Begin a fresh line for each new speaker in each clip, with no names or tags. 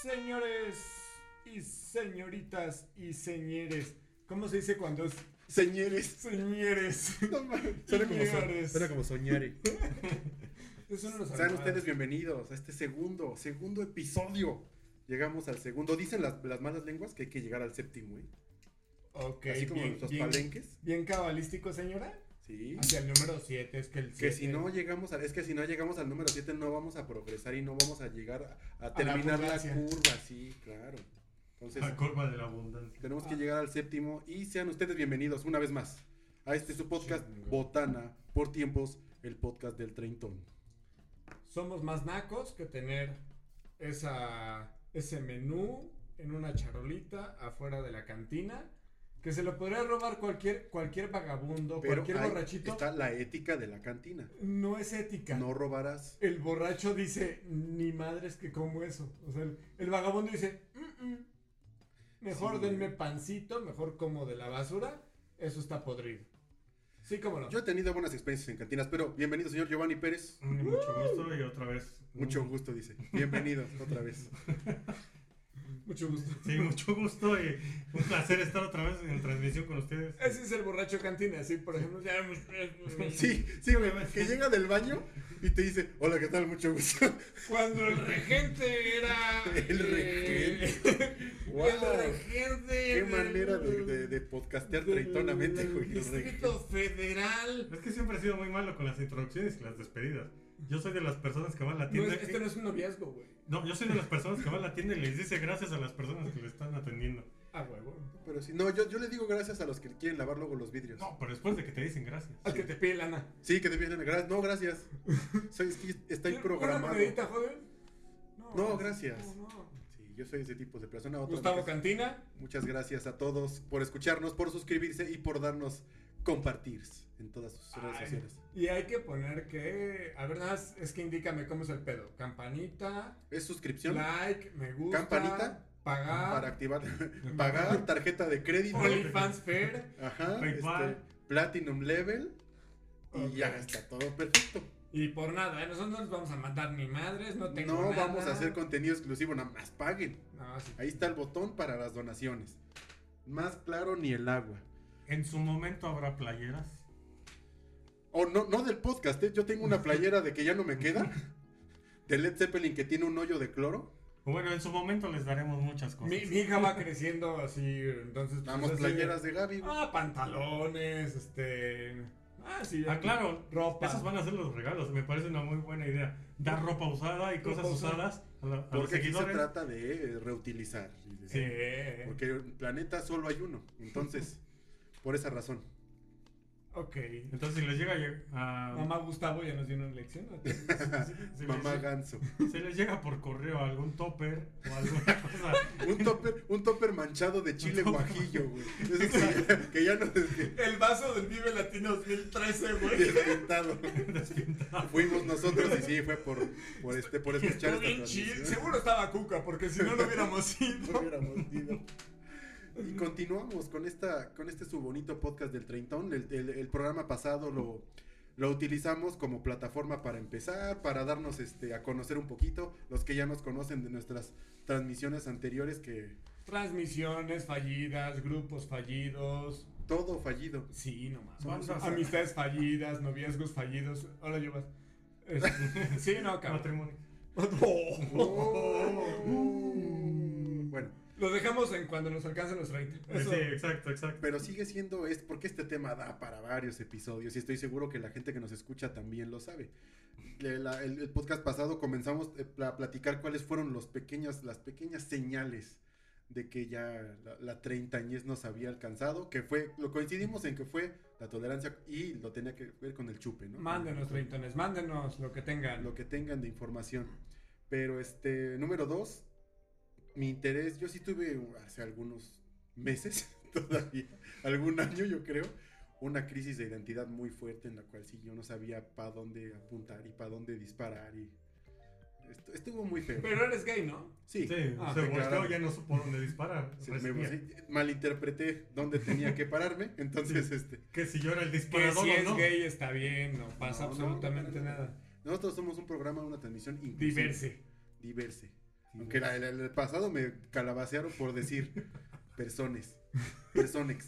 Señores y señoritas y señores. ¿Cómo se dice cuando es
Señores.
señores?
No mames. Suena como, so-
Señores.
suena como soñar. eh.
Eso no lo
Sean
sabía.
ustedes bienvenidos a este segundo, segundo episodio. Llegamos al segundo. Dicen las, las malas lenguas que hay que llegar al séptimo, ¿eh?
Ok,
Así como
bien,
nuestros
bien,
palenques.
bien cabalístico, señora.
Sí.
Hacia el número 7 es que el
Que
7
si no llegamos al, es que si no llegamos al número 7 no vamos a progresar y no vamos a llegar a, a
la
terminar la,
abundancia.
curva, sí, claro. Entonces,
La curva de la abundancia.
tenemos que llegar al séptimo y sean ustedes bienvenidos una vez más a este su podcast
Chingo.
Botana por tiempos, el podcast del treintón.
somos más nacos que tener esa, ese menú en una charolita afuera de la cantina. Que se lo podría robar cualquier, cualquier vagabundo,
Pero
cualquier
ahí
borrachito.
está la ética de la cantina.
No es ética.
No robarás.
El borracho dice, ni madres que como eso. O sea, el, el vagabundo dice, "Mm, mm. mejor
Sí.
denme pancito, mejor como de la basura. Eso está podrido. Sí, cómo no.
Yo he tenido buenas experiencias en cantinas, pero bienvenido señor Giovanni Pérez.
Mm, Mucho gusto y otra vez. mm,
Mucho gusto, dice. Bienvenido otra vez.
Mucho gusto.
Sí, mucho gusto y un placer estar otra vez en transmisión con ustedes.
Ese es el borracho cantina, sí, por ejemplo. ya hemos-
Sí, sí, güey, que llega del baño y te dice, hola, ¿qué tal? Mucho gusto.
Cuando el regente era...
El
regente.
Wow.
El regente...
Qué
del-
manera de, de- de podcastear
del
traitonamente, güey.
Distrito Federal.
Es que siempre he sido muy malo con las introducciones y las despedidas. Yo soy de las personas que van a la
No,
tienda.
es- este no es un noviazgo, güey.
No, yo soy de las personas que van a la tienda y les dice gracias a las personas que le están atendiendo.
A huevo.
Pero sí, no, yo, yo le digo gracias a los que quieren lavar luego los vidrios.
No, pero después de que te dicen gracias.
Al que te pide lana.
Sí, que te vienen, gracias. No, gracias. Soy, es que estoy
¿Quiere ¿Una
programado.
monedita, joven? No,
gracias.
no, no.
Sí, yo soy ese tipo de persona. Otro
Gustavo
más.
Cantina.
Muchas gracias a todos por escucharnos, por suscribirse y por darnos compartir en todas sus redes
Ay.
sociales.
Y hay que poner que. A ver, nada más es que indícame cómo es el pedo. Campanita,
¿Es suscripción?
like, me gusta.
Campanita. Para
Pagar.
activar, pagar tarjeta de crédito.
OnlyFans Fair.
Ajá.
PayPal.
este, Platinum Level. Y
Ok.
ya está todo perfecto.
Y por nada, ¿eh? nosotros no les vamos a matar ni madres, no tengo
No
nada.
vamos a hacer contenido exclusivo, nada más paguen.
No, sí.
Ahí está el botón para las donaciones. Más claro ni el agua.
En su momento habrá playeras.
O no, no del podcast, ¿eh? yo tengo una playera de que ya no me queda. De Led Zeppelin que tiene un hoyo de cloro.
Bueno, en su momento les daremos muchas cosas.
Mi, mi hija va creciendo así, entonces. pues,
Vamos,
así de-
playeras de Gaby. güey.
Ah, pantalones, este. Ah, sí.
Ah, claro,
Ropa.
Esos van a ser los regalos, me parece una muy buena idea. Dar ropa usada y
Ropa
cosas
usada.
usadas a, la- a los
Porque aquí se
seguidores.
trata de eh, reutilizar.
Sí.
Sí.
Porque en el planeta solo hay uno. Entonces, por esa razón.
Ok.
Entonces, si les llega a lleg- a.
Mamá Gustavo ya nos dio una lección. ¿no?
si
Mamá
les,
ganso.
si les llega por correo algún topper o alguna cosa.
Un topper, un topper manchado de chile
topper.
guajillo, güey. Eso que, que ya no es
El vaso del Vive Latino 2013, güey.
despintado. Fuimos nosotros y sí, fue por, por, este, por escuchar
Estuvo
esta
bien chido.
transmisión.
Seguro estaba Cuca, porque si no, no hubiéramos
No
ido.
hubiéramos ido. Y continuamos con esta, con este su bonito podcast del Treintón. El, el- el programa pasado lo, lo utilizamos como plataforma para empezar, para darnos este, a conocer un poquito los que ya nos conocen de nuestras transmisiones anteriores, que
Transmisiones fallidas, grupos fallidos.
todo fallido.
Sí, nomás.
Bandas.
Amistades fallidas, noviazgos fallidos. Ahora llevas. Este, Sí, no, cabrón.
matrimonio.
Oh.
Uh, Bueno,
Lo dejamos en cuando nos alcancen los 30. Eso-
Eh, Sí, exacto, exacto.
pero sigue siendo es porque este tema da para varios episodios y estoy seguro que la gente que nos escucha también lo sabe. Le- la- el, el podcast pasado comenzamos eh, pla- a platicar cuáles fueron los pequeños, las pequeñas señales de que ya la, la treintañez nos había alcanzado, que fue, lo coincidimos en que fue la tolerancia y lo tenía que ver con el chupe, ¿no?
Mándenos treintones, mándenos lo que tengan.
Lo que tengan de información. Pero este, número dos, mi interés, yo sí tuve hace algunos meses, todavía, algún año yo creo, una crisis de identidad muy fuerte en la cual sí yo no sabía para dónde apuntar y para dónde disparar y est- estuvo muy feo.
Pero eres gay, ¿no?
Sí,
Sí,
Ah,
se
sí, claro.
volteó, ya no supo dónde disparar.
sí, me-
Resumía.
sí, malinterpreté dónde tenía que pararme, entonces este,
Que si yo era el
Que
disparador
si
o
es
no.
gay está bien, no pasa
No, no,
absolutamente
no, no, no.
nada.
nosotros somos un programa, una transmisión inclusiva,
Diverse.
diverse. Aunque la- la- el pasado me calabacearon por decir personas. Personex.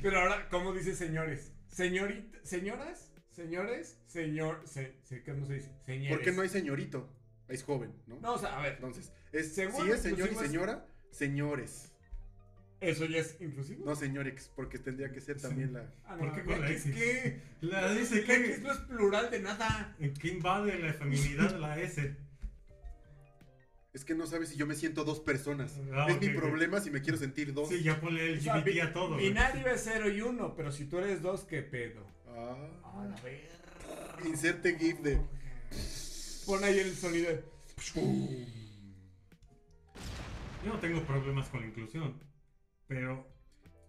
Pero ahora, ¿cómo dice señores? Señorita, señoras, señores, señor, se, se- ¿cómo se dice? Señores.
Porque no hay señorito. Es joven, ¿no?
No, o sea, a ver,
Entonces, es, si
Según
es señor y
pusimos-
señora, señores.
¿eso ya es inclusivo?
No señorex, porque tendría que ser también la.
Ah,
¿Por qué con
la
la
X?
X?
¿Qué?
La dice
La X
que,
no es plural de nada.
que invade la feminidad la S.
Es que no sabes si yo me siento dos personas.
Ah,
es
ok,
mi
ok.
problema si me quiero sentir dos.
Sí, ya ponle
O sea, bi-
LGBT a todo. güey.
Binario es 0 y 1, pero si tú eres 2, ¿qué pedo?
Ah.
A la verga.
Inserte gif de-
Pon ahí el sonido. de-
Yo no tengo problemas con la inclusión, pero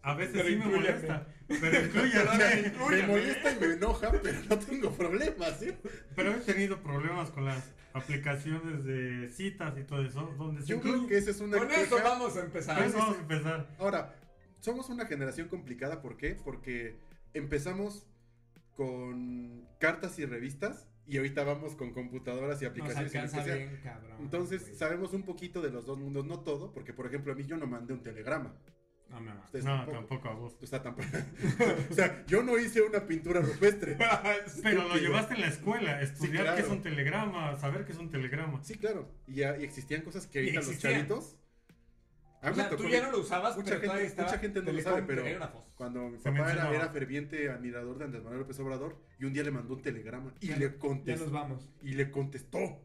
a veces
Pero
sí me
inclúyame.
molesta. Pero
O sea,
incluye,
me
inclúyame.
molesta y me enoja, pero no tengo problemas, ¿eh?
Pero he tenido problemas con las aplicaciones de citas y todo eso, donde se
Yo creo
incluye.
que esa es una
Con eso
queja.
vamos a
Con
empezar.
eso vamos a empezar.
Ahora, somos una generación complicada, ¿por qué? Porque empezamos con cartas y revistas y ahorita vamos con computadoras y
Nos
aplicaciones. en
alcanza
especial.
bien, Ah, cabrón.
Entonces,
güey.
sabemos un poquito de los dos mundos, no todo, porque por ejemplo a mí yo no mandé un telegrama.
No me mames.
Ustedes
No,
tampoco.
tampoco a vos.
O sea, tampoco. o sea, yo no hice una pintura rupestre.
Pero lo
Estúpido.
llevaste en la escuela, estudiar
claro.
qué es un telegrama, saber qué es un telegrama.
Sí, claro. Y, ya- y existían cosas que
Y
ahorita los
existían.
chavitos. A mí
O
me
sea, tú
tocó
ya no lo usabas,
mucha
pero todavía
gente-
estaba
mucha gente no lo sabe,
Telecom,
pero
telégrafos.
Cuando mi
Se
papá era,
mencionaba.
era ferviente admirador de Andrés Manuel López Obrador, y un día le mandó un telegrama y
Ya
le
no- Ya
contestó.
nos vamos.
Y le contestó.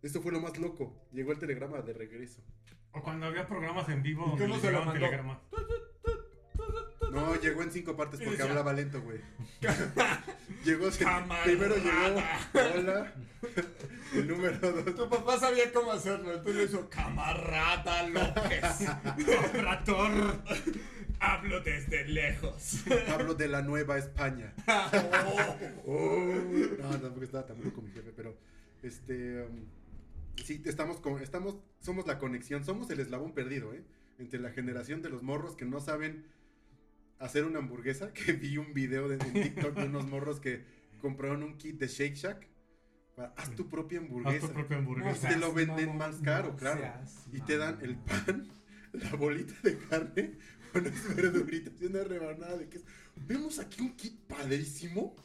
Esto fue lo más loco. Llegó el telegrama de regreso.
O cuando había programas en vivo
¿Y
donde
cómo se lo
llevaban
mandó?
telegramas.
No, llegó en cinco partes
Y
porque
decía-
hablaba lento, güey. llegó
Camarada.
primero llegó hola, el número dos.
Tu papá sabía cómo hacerlo, entonces le hizo camarada López.
Rator.
Hablo desde lejos.
Hablo de la nueva España.
Oh.
Oh, no, tampoco estaba tan duro con mi jefe, pero este um, sí estamos con estamos somos la conexión, somos el eslabón perdido, ¿eh? Entre la generación de los morros que no saben hacer una hamburguesa, que vi un video de en TikTok de unos morros que compraron un kit de Shake Shack para haz tu propia
Haz
hamburguesa.
tu propia
No
hamburguesa.
te lo venden
mamón,
más caro,
no
claro.
seas
Y te dan
mamón.
el pan, la bolita de carne, unas verduritas y una rebanada de queso. Vemos aquí un kit padrísimo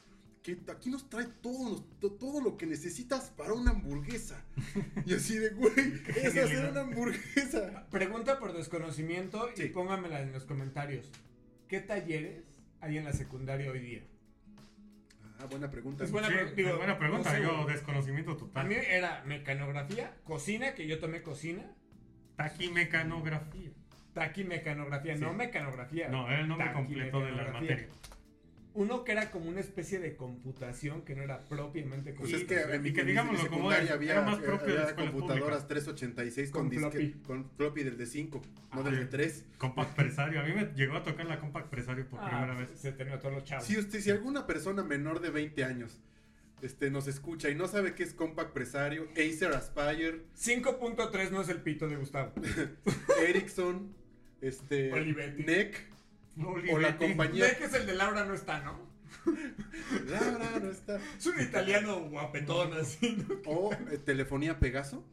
que aquí nos trae todo, los- to- todo lo que necesitas para una hamburguesa. Y así de, güey,
Qué
es hacer
genialidad.
una hamburguesa.
Pregunta por desconocimiento y
Sí.
póngamela en los comentarios. ¿Qué talleres hay en la secundaria hoy día?
Ah, buena pregunta.
Es buena
Sí,
pre- digo,
buena pregunta,
no sé,
yo
güey.
desconocimiento
A
total.
mí era mecanografía, cocina, que yo tomé cocina,
Taquimecanografía.
taquimecanografía,
Sí.
no mecanografía.
No, era el nombre completo de la
Taquimecanografía.
materia.
Uno que era como una especie de computación que no era propiamente
Pues
computación.
es que en mi,
y que
en mi
digámoslo como
secundaria
es,
había,
era más propio de
había
escuelas
computadoras 386 con,
Con
disque-
floppy.
con floppy del de 5, no
Ah,
del de
sí.
3.
Compact Presario. A mí me llegó a tocar la Compact Presario por
Ah,
primera
pues,
vez.
Se terminó todos los chavos.
Si usted, si alguna persona menor de 20 años este, nos escucha y no sabe qué es Compact Presario, Acer Aspire,
5.3 no es el pito de Gustavo.
Ericsson, este,
Olivetti.
NEC, o la
Olivetti.
Ve
compañía.
que es el de Laura, no está, ¿no?
Laura, no está.
Es un italiano guapetón así. ¿no?
O eh, Telefonía Pegaso,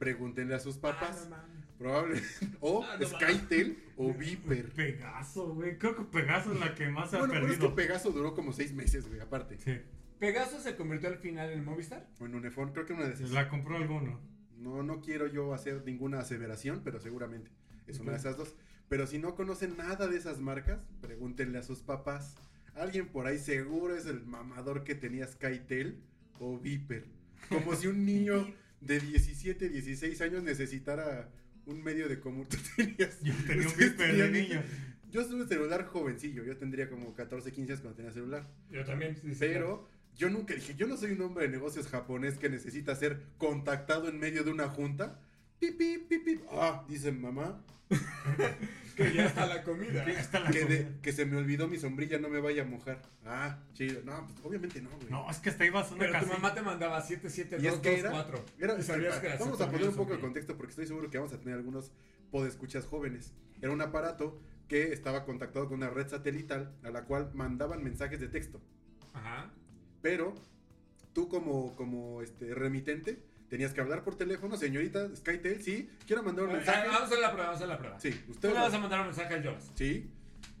pregúntenle a sus papás.
Ah, no mames.
Probable. O
Ah, no
Skytel o Viper.
Pegaso, güey. Creo que Pegaso es la que más se
Bueno,
ha
pero es que
perdido.
Pegaso duró como seis meses, güey, aparte.
Sí,
Pegaso se convirtió al final en Movistar.
O en Unifón, creo que una de esas.
la compró alguno.
No, no quiero yo hacer ninguna aseveración, pero seguramente es una de esas dos. Pero si no conocen nada de esas marcas, pregúntenle a sus papás. Alguien por ahí seguro es el mamador que tenía Skytel o Viper. Como si un niño de 17, 16 años necesitara un medio de común. Tú tenías.
Yo tenía un
ustedes
viper de
tenían-
niño.
Yo tuve un celular jovencillo. Yo tendría como 14, 15 años cuando tenía celular.
Yo también. sí, sí, claro.
Pero yo nunca dije, yo no soy un hombre de negocios japonés que necesita ser contactado en medio de una junta. Pip, pip, pip, pip. Ah, dice mamá,
Que ya está la comida.
Aquí está la
que, de-
comida.
que se me olvidó mi sombrilla, no me vaya a mojar. Ah, chido. No, pues obviamente no, güey.
No, es que hasta ibas a una
Pero tu
casita.
mamá te mandaba 7, 7,
Y es
2,
que
2,
era-
4.
Era-
y sabías que era
vamos a
Super
poner un
Mario
poco de
Zombie.
contexto porque estoy seguro que vamos a tener algunos podescuchas jóvenes. Era un aparato que estaba contactado con una red satelital a la cual mandaban mensajes de texto.
Ajá.
Pero tú como, como este remitente Tenías que hablar por teléfono, señorita SkyTel, sí, quiero mandar un
A ver, a ver,
mensaje.
Ah, Vamos a hacer la prueba, vamos a hacer la prueba.
Sí,
Tú
usted.
le
lo-
vas a mandar un mensaje al Jobs.
Sí.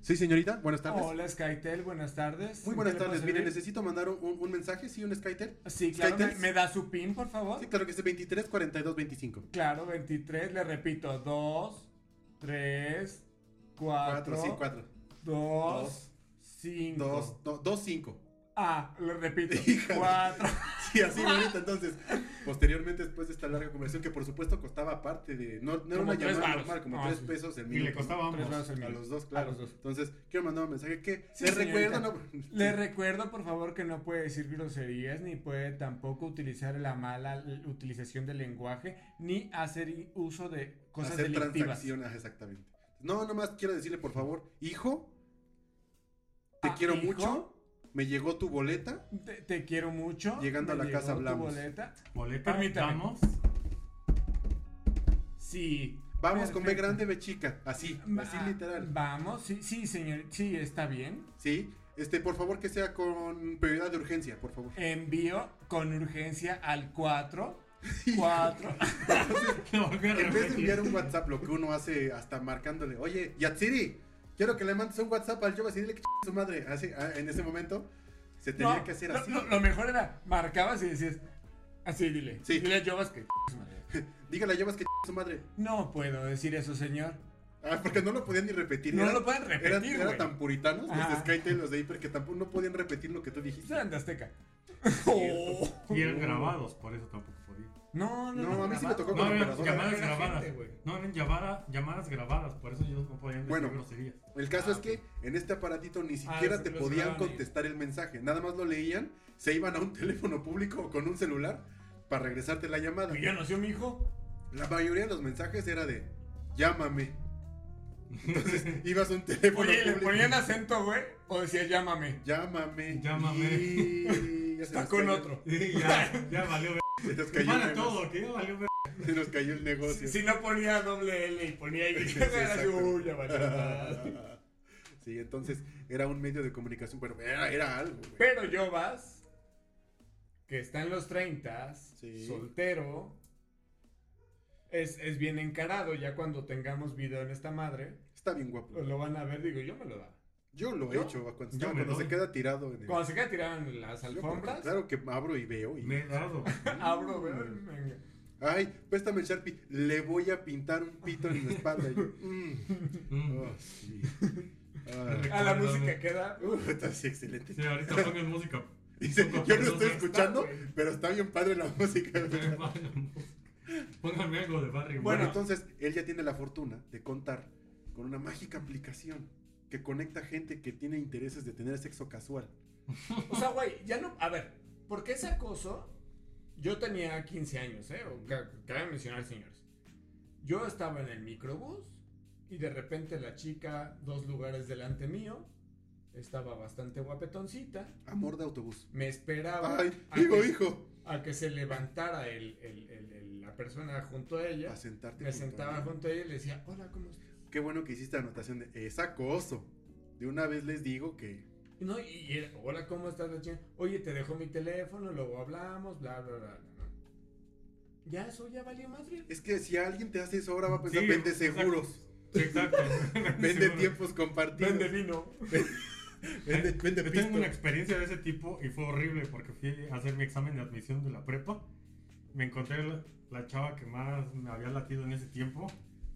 Sí, señorita, buenas tardes.
Hola Skytel, buenas tardes.
Muy
¿En
buenas
qué le puedo
tardes. Mire,
servir?
necesito mandar un, un- un mensaje, sí, un SkyTel.
Sí, claro, ¿me,
Skytel.
me da su pin, por favor?
Sí, claro que es 23 42 25.
Claro, 23, le repito, 2, 3,
4,
4,
sí, 4.
2,
Dos.
5.
2, 2, 5.
Ah, le repito,
Híjole.
4.
Sí, así bonito. Entonces, posteriormente, después de esta larga conversación, que por supuesto costaba aparte de. No, no era
Como
una
tres
llamada
varos.
normal, como
Ah,
3
sí.
pesos el
Y le
minuto.
costaba
Tres
ambos.
varos el
A
minuto.
los dos, claro.
A los dos.
Entonces, quiero mandar un mensaje que
Sí,
les
señorita.
recuerdo, no.
Le
Sí.
recuerdo, por favor, que no puede decir groserías, ni puede tampoco utilizar la mala l- utilización del lenguaje, ni hacer i- uso de cosas
hacer
delictivas.
transacciones, exactamente. No, nomás quiero decirle, por favor, hijo, te
Ah,
quiero
hijo,
mucho. Me llegó tu boleta.
Te, te quiero mucho.
Llegando
me
a la
llegó
casa
tu
hablamos.
boleta.
Boleta,
Permítame.
vamos.
Sí.
Vamos con B
perfecto.
grande, B chica. Así,
Va-
así Pues literal.
Vamos, sí, sí, señor. Sí, está bien.
Sí, este, por favor, que sea con prioridad de urgencia, por favor.
Envío con urgencia al 4. 4.
Lo volví
En
a
vez de
repetir.
enviar un WhatsApp, lo que uno hace hasta marcándole, oye, Yatsiri, quiero que le mandes un WhatsApp al Jovas y dile que ch- su madre. Así, ah, en ese momento, se tenía que hacer
lo,
así.
Lo, lo mejor era, marcabas y decías, así dile.
Sí.
Dile a Jovas que.
Dígale a Jovas que ch- su madre.
No puedo decir eso, señor.
Ah, porque no lo podían ni repetir.
No
era-
lo pueden
eran,
repetir,
eran
güey.
tan puritanos
Ajá.
los de Skytel y los de Hyper que tampoco no podían repetir lo que tú dijiste.
Eran de Azteca.
Y eran grabados, por eso tampoco podía.
No, no,
No,
no.
a mí sí me tocó
No,
con la
eran
operadora.
llamadas
Era
grabadas.
gente, güey.
no, eran llamada- llamadas grabadas, por eso ellos no podían decir
Bueno.
groserías.
El caso
Ah,
es que en este aparatito
Ah,
ni siquiera
los-
te
los
podían
grababan ahí.
contestar el mensaje, nada más lo leían, se iban a un teléfono público o con un celular para regresarte la llamada.
Ya nació mi hijo.
La mayoría de los mensajes era de llámame. Entonces ibas a un teléfono
Oye, ¿le
público.
ponían acento, güey? O decía, llámame.
Llámame.
Llámame.
Y- ya se
Está
nos
con
cayó-
otro.
Sí, ya, ya valió ver.
Se nos
Que
cayó, el
para
negocio.
todo, que ya valió ver.
Se nos cayó el negocio.
Si, si no ponía doble L y ponía Y,
Sí,
era así,
exacto.
uy, ya valió madre".
Sí, entonces era un medio de comunicación, pero era, era algo, güey.
Pero Jovas, que está en los 30,
Sí.
soltero, es, es bien encarado. Ya cuando tengamos video en esta madre,
Está bien guapo.
lo, lo van a ver, digo, yo me lo da.
Yo lo he
¿Yo?
hecho cuando,
Yo
estaba-
me
cuando se
doy.
queda tirado en el.
Cuando se queda tirado en las
Yo como que,
alfombras,
Claro que abro y veo. Y...
Me he dado.
abro, veo, venga.
Ay, préstame el Sharpie. Le voy a pintar un pito en la espalda. Y yo, mm,
Mm.
oh, sí. Ah,
A la
Recordame.
música queda.
uh, está así excelente.
Sí, ahorita pongan música.
Dice, yo no estoy
Está,
escuchando,
güey.
pero está bien padre la música.
Pónganme algo de Barry.
Bueno.
Bueno,
Bueno,
entonces él ya tiene la fortuna de contar con una mágica aplicación que conecta gente que tiene intereses de tener sexo casual.
O sea, güey, ya no. A ver, ¿por qué ese acoso? Yo tenía 15 años, ¿eh? O ca- Cabe mencionar, señores. Yo estaba en el microbús y de repente la chica, dos lugares delante mío, estaba bastante guapetoncita.
Amor de autobús.
Me esperaba
Ay,
Ah,
a,
hijo,
pues,
que,
hijo.
a que se levantara el- el- el- el- la persona junto a ella.
A sentarte.
Me
junto a
sentaba
mí.
junto a ella y le decía, hola, ¿cómo estás?
Qué bueno que hiciste la anotación de es acoso. De una vez les digo que
Y No, y, y era, hola, ¿cómo estás? la chingada? Oye, te dejo mi teléfono, luego hablamos, bla, bla, bla, bla. ¿no? Ya eso ya valió madre.
es que si alguien te hace eso ahora va a pensar
Sí,
vende
exacto.
seguros,
exacto.
vende
seguro.
tiempos compartidos,
Vende
vende,
vino.
vende,
Yo
pisto.
tengo una experiencia de ese tipo y fue horrible porque fui a hacer mi examen de admisión de la prepa. Me encontré la, la chava que más me había latido en ese tiempo.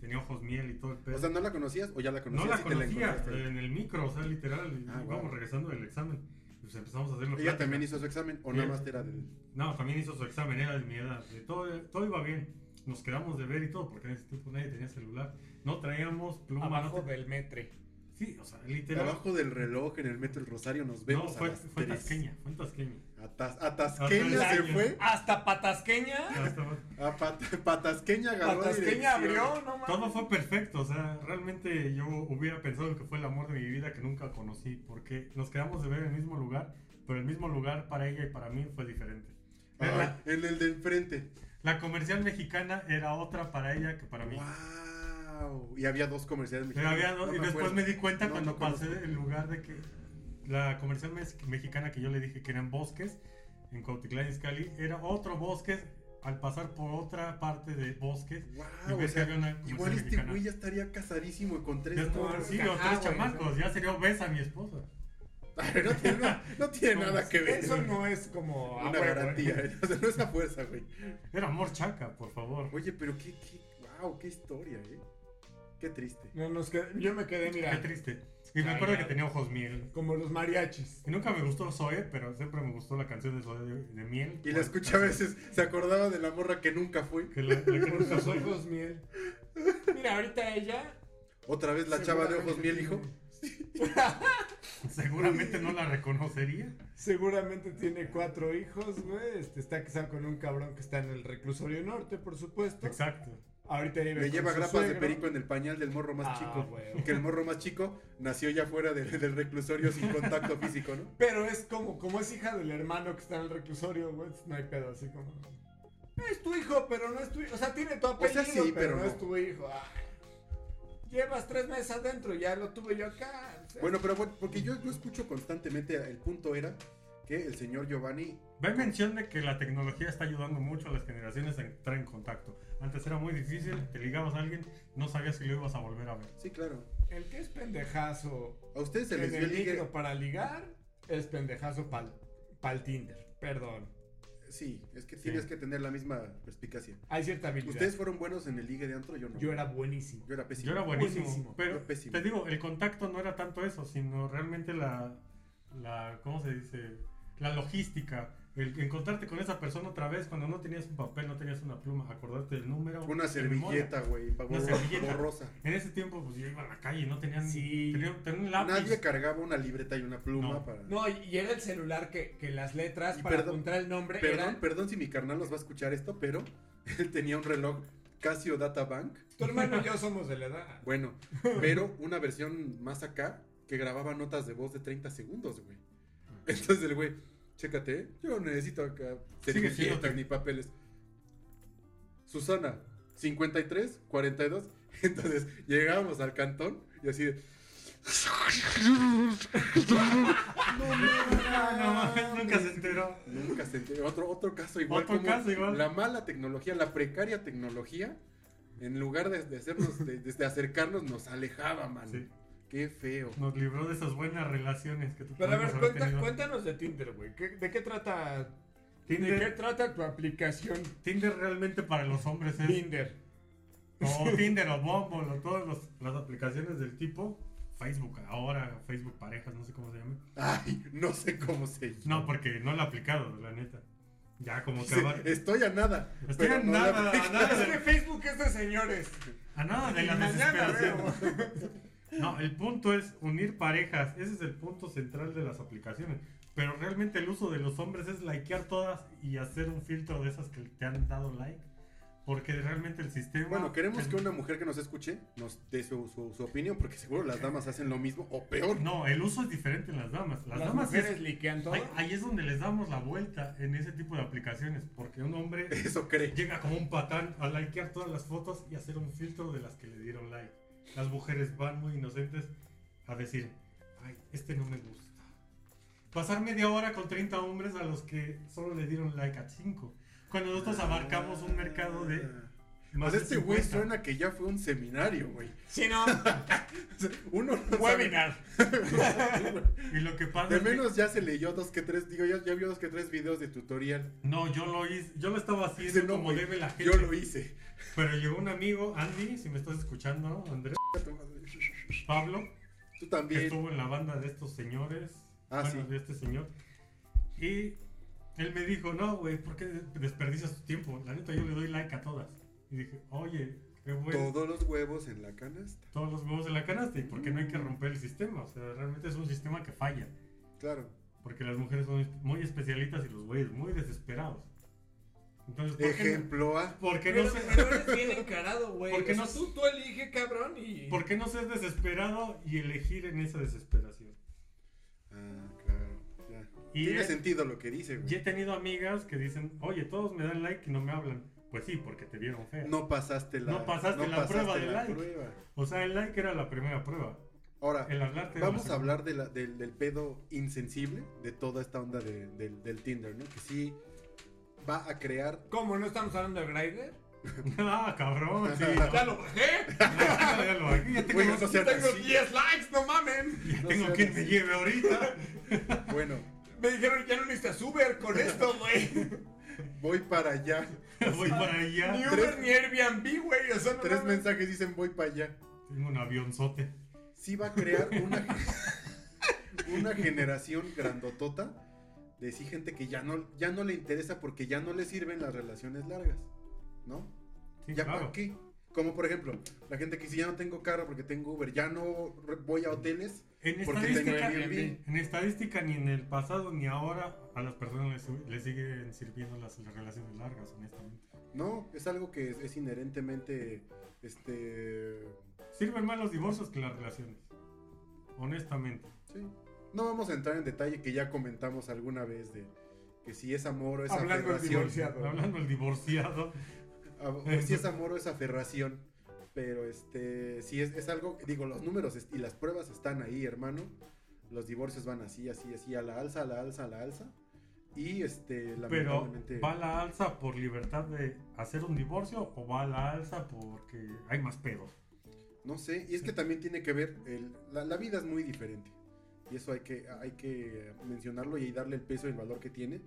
Tenía ojos miel y todo el pedo.
O sea, ¿no la conocías o ya la
no
conocías?
la
y te
conocía
encontraste?
en el micro, o sea, literal. y
Ah,
íbamos
wow.
regresando del examen. Pues empezamos a hacer la
¿Ella
plática.
también hizo su examen o
Sí.
nada más era de...
No, también hizo su examen, era de mi edad. de todo, todo iba bien. Nos quedamos de ver y todo, porque en ese tiempo nadie tenía celular. No traíamos pluma.
Abajo
no te-
del metre.
Sí, o sea, literal.
Abajo del reloj en el metro El Rosario nos
no,
vemos a
fue,
las
fue
tres.
tasqueña, fue tasqueña.
A, Tas- a Tasqueña
A
se
Tasqueña.
fue,
Hasta Patasqueña.
Ya estaba-
a Pat- Patasqueña agarró
Patasqueña
dirección.
abrió, no mames.
Todo fue perfecto, o sea, realmente yo hubiera pensado que fue el amor de mi vida que nunca conocí, porque nos quedamos de ver en el mismo lugar, pero el mismo lugar para ella y para mí fue diferente. Era la,
Ah, en el de enfrente.
la comercial mexicana era otra para ella que para mí.
¡Wow! Y había dos comerciales
Pero
mexicanos.
había dos-
No
y después
acuerdo.
me di cuenta
No,
cuando
no
pasé
conozco.
el lugar de que la comercial mes- mexicana que yo le dije que eran bosques en Cuautitlán Izcalli era otro bosques al pasar por otra parte de bosques.
Wow,
y ves
Ah, o
que
sea,
había una comercial
igual este
mexicana.
güey ya estaría casadísimo con tres
Ya estuvo
morras.
sí, los
Ah,
tres
güey,
chamacos,
sí.
ya sería obesa mi esposa.
Ay, no tiene, no- no tiene
No, Ah,
nada que ver.
Eso no es como a
una
huevo, ¿eh?
garantía. O sea, no es a fuerza, güey.
Era amor chaca, por favor.
Oye, pero qué, qué, wow, qué historia, eh. Qué triste.
No, nos qued- Yo me quedé,
Qué
mira,
triste. Y me
Ay,
acuerdo
ya.
que tenía ojos miel.
como los mariachis.
Y nunca me gustó Zoe, pero siempre me gustó la canción de Zoe de, de miel.
Y la escuché a veces, se acordaba de la morra que nunca fue.
Que la, la que
Por
nunca
sus
fue.
ojos miel. Mira, ahorita ella.
Otra vez la chava de ojos
seguramente
miel, hijo.
tiene-
Seguramente no la reconocería.
Seguramente tiene cuatro hijos, güey. Este, está casado con un cabrón que está en el reclusorio norte, por supuesto.
Exacto.
Ahorita vive
Le
con
lleva
su
grapas de
suegro.
perico en el pañal del morro más
Ah,
chico.
güey.
Que el morro más chico nació ya fuera del, del reclusorio sin contacto físico, ¿no?
Pero es como, como es hija del hermano que está en el reclusorio, güey. No hay pedo, así como. Es tu hijo, pero no es tu hijo. O sea, tiene tu apellido,
sea, sí,
pero,
pero
no,
no.
es tu hijo. Ah. Llevas tres meses adentro, ya lo tuve yo acá. O sea,
Bueno, pero bueno, porque yo, yo escucho constantemente, el punto era que el señor Giovanni
Ve mención de que la tecnología está ayudando mucho a las generaciones a entrar en contacto. Antes era muy difícil, te ligabas a alguien, no sabías si lo ibas a volver a ver.
Sí, claro.
el que es pendejazo
A ustedes se
en
les dio
el
el ligue.
micro para ligar es pendejazo para el Tinder. Perdón.
Sí, es que tienes que tener la misma perspicacia.
Hay cierta habilidad.
¿Ustedes fueron buenos en el ligue de antro? Yo no.
Yo era buenísimo.
Yo era pésimo.
Yo era buenísimo,
Buenísimo,
pero
yo pésimo.
te digo, el contacto no era tanto eso, sino realmente la, la ¿cómo se dice? La logística, el encontrarte con esa persona otra vez cuando no tenías un papel, no tenías una pluma, acordarte del número.
Una
de memoria.
servilleta, güey. pa-
Una
borro-
servilleta.
Borrosa.
En ese tiempo, pues yo iba a la calle y no tenían,
Sí.
tenían, tenían un lápiz.
Nadie cargaba una libreta y una pluma
No.
para.
No, y, y era el celular que, que las letras
Y
para
perdón-
apuntar el nombre
Perdón,
eran.
perdón si mi carnal los va a escuchar esto, pero él tenía un reloj Casio Data Bank.
Tu hermano y yo somos de la edad.
Bueno, pero una versión más acá que grababa notas de voz de 30 segundos, güey. Entonces el güey, chécate, ¿eh? yo no necesito acá
Sigue siendo
servilletas
tec-
ni papeles. Susana, 53, 42. Entonces llegábamos al cantón y así de. No
Ah, no mames, nunca se enteró.
Nunca se enteró. Otro, otro caso igual.
Otro
como
caso igual.
La mala tecnología, la precaria tecnología, en lugar de, de hacernos, de, de- de acercarnos, nos alejaba, man.
Sí.
Qué feo.
Nos libró de esas buenas relaciones que tú
Pero a ver,
haber
cuenta-
tenido.
cuéntanos de Tinder, güey. ¿Qué- ¿De qué trata? ¿De qué
Tinder,
trata tu aplicación
Tinder realmente para los hombres es
Tinder?
O Tinder o Bumble o todas las- las aplicaciones del tipo. Facebook ahora, Facebook parejas, no sé cómo se llama.
Ay, no sé cómo se
No, porque no lo he aplicado, la neta. Ya como que
Sí,
abar-
Estoy a nada.
Estoy
pero
a
no la
nada,
aplico.
a nada
Es que
de,
Facebook es de señores.
a nada de
Y
la
mañana
desesperación.
veo.
No, el punto es unir parejas. Ese es el punto central de las aplicaciones. Pero realmente el uso de los hombres es likear todas y hacer un filtro de esas que te han dado like. Porque realmente el sistema.
Bueno, queremos que una mujer que nos escuche nos dé su, su- su opinión, porque seguro las damas hacen lo mismo o peor.
No, el uso es diferente en las damas. Las,
Las
damas sí es-
mujeres liquean todo.
Ahí, ahí es donde les damos la vuelta en ese tipo de aplicaciones, porque un hombre
Eso cree.
llega como un patán a likear todas las fotos y hacer un filtro de las que le dieron like. Las mujeres van muy inocentes a decir, ay, este no me gusta. Pasar media hora con 30 hombres a los que solo le dieron like a 5. Cuando nosotros abarcamos un mercado de más
Pues
de
Ah. este güey
50.
suena que ya fue un seminario, güey.
Si no,
O sea, Uno no sabe-
webinar.
Y lo que pasa
De
es que-
menos ya se leyó dos que tres, digo, ya, ya vio dos que tres videos de tutorial.
No, yo lo hice, yo lo estaba haciendo
Dice, no,
como
güey,
debe la gente.
Yo lo hice.
Pero llegó un amigo, Andy, si me estás escuchando, Andrés, Pablo,
Tú
que
también.
estuvo en la banda de estos señores.
Ah,
bueno,
sí.
de este señor. Y él me dijo, no, güey, ¿por qué desperdicias tu tiempo? La neta, yo le doy like a todas. Y dije, oye, qué bueno.
Todos los huevos en la canasta.
Todos los huevos en la canasta y porque no hay que romper el sistema. O sea, realmente es un sistema que falla.
Claro.
Porque las mujeres son muy especialitas y los güeyes muy desesperados. Entonces, ¿por qué no,
Ejemplo A.
por qué no
Pero,
se-
pero eres bien encarado, güey.
¿Por qué
O sea,
no-
tú, tú elige, cabrón, y...
por qué no ser desesperado y elegir en esa desesperación?
Ah, claro. Ya.
Y
Tiene
es-
sentido lo que dice,
Y
güey.
he tenido amigas que dicen, oye, todos me dan like y no me hablan. Pues sí, porque te vieron fea.
No pasaste la,
No pasaste la prueba de like.
prueba.
O sea, el like era la primera prueba.
Ahora,
El hablarte. de
vamos
la
a
segunda.
hablar de la- del, del pedo insensible de toda esta onda de- del, del Tinder, ¿no? Que sí, va a crear
¿Cómo? ¿No estamos hablando de Grinder?
Ah, cabrón, sí. Ya
lo bajé!
lo bajé, ya tengo,
Güey, no sean
Tengo
así.
10 likes, no mamen.
ya
no
tengo
sean
quien me
así.
lleve ahorita.
Bueno,
Me dijeron, ya no necesitas Uber con esto, güey.
voy para allá.
Voy para allá.
Ni Uber ni Airbnb, güey. O sea, no
Ah, Tres
mames.
mensajes dicen voy para allá.
Tengo un avionzote.
Sí va a crear una, una generación grandotota de sí gente que ya no, ya no le interesa porque ya no le sirven las relaciones largas. ¿No?
Sí,
¿Ya
claro.
para qué? Como por ejemplo, la gente que dice ya no tengo carro porque tengo Uber, ya no re- voy a hoteles
En
porque tengo
estadística,
Airbnb.
en estadística, ni en el pasado ni ahora, a las personas les, su- les siguen sirviendo las relaciones largas, honestamente.
No, es algo que es, es inherentemente este
Sirven más los divorcios que las relaciones. Honestamente.
sí. No vamos a entrar en detalle que ya comentamos alguna vez de que si es amor o es
Hablando del
aferración.
divorciado.
Hablando del divorciado,
A- o si es amor o es aferración. Pero este, si es, es algo, digo, los números est- y las pruebas están ahí, hermano. Los divorcios van así, así, así, a la alza, a la alza, a la alza. Y este,
pero
lamentablemente.
¿va a la alza por libertad de hacer un divorcio o va a la alza porque hay más pedos?
No sé, y es que también tiene que ver, el- la, la vida es muy diferente. Y eso hay que, hay que mencionarlo y darle el peso y el valor que tiene.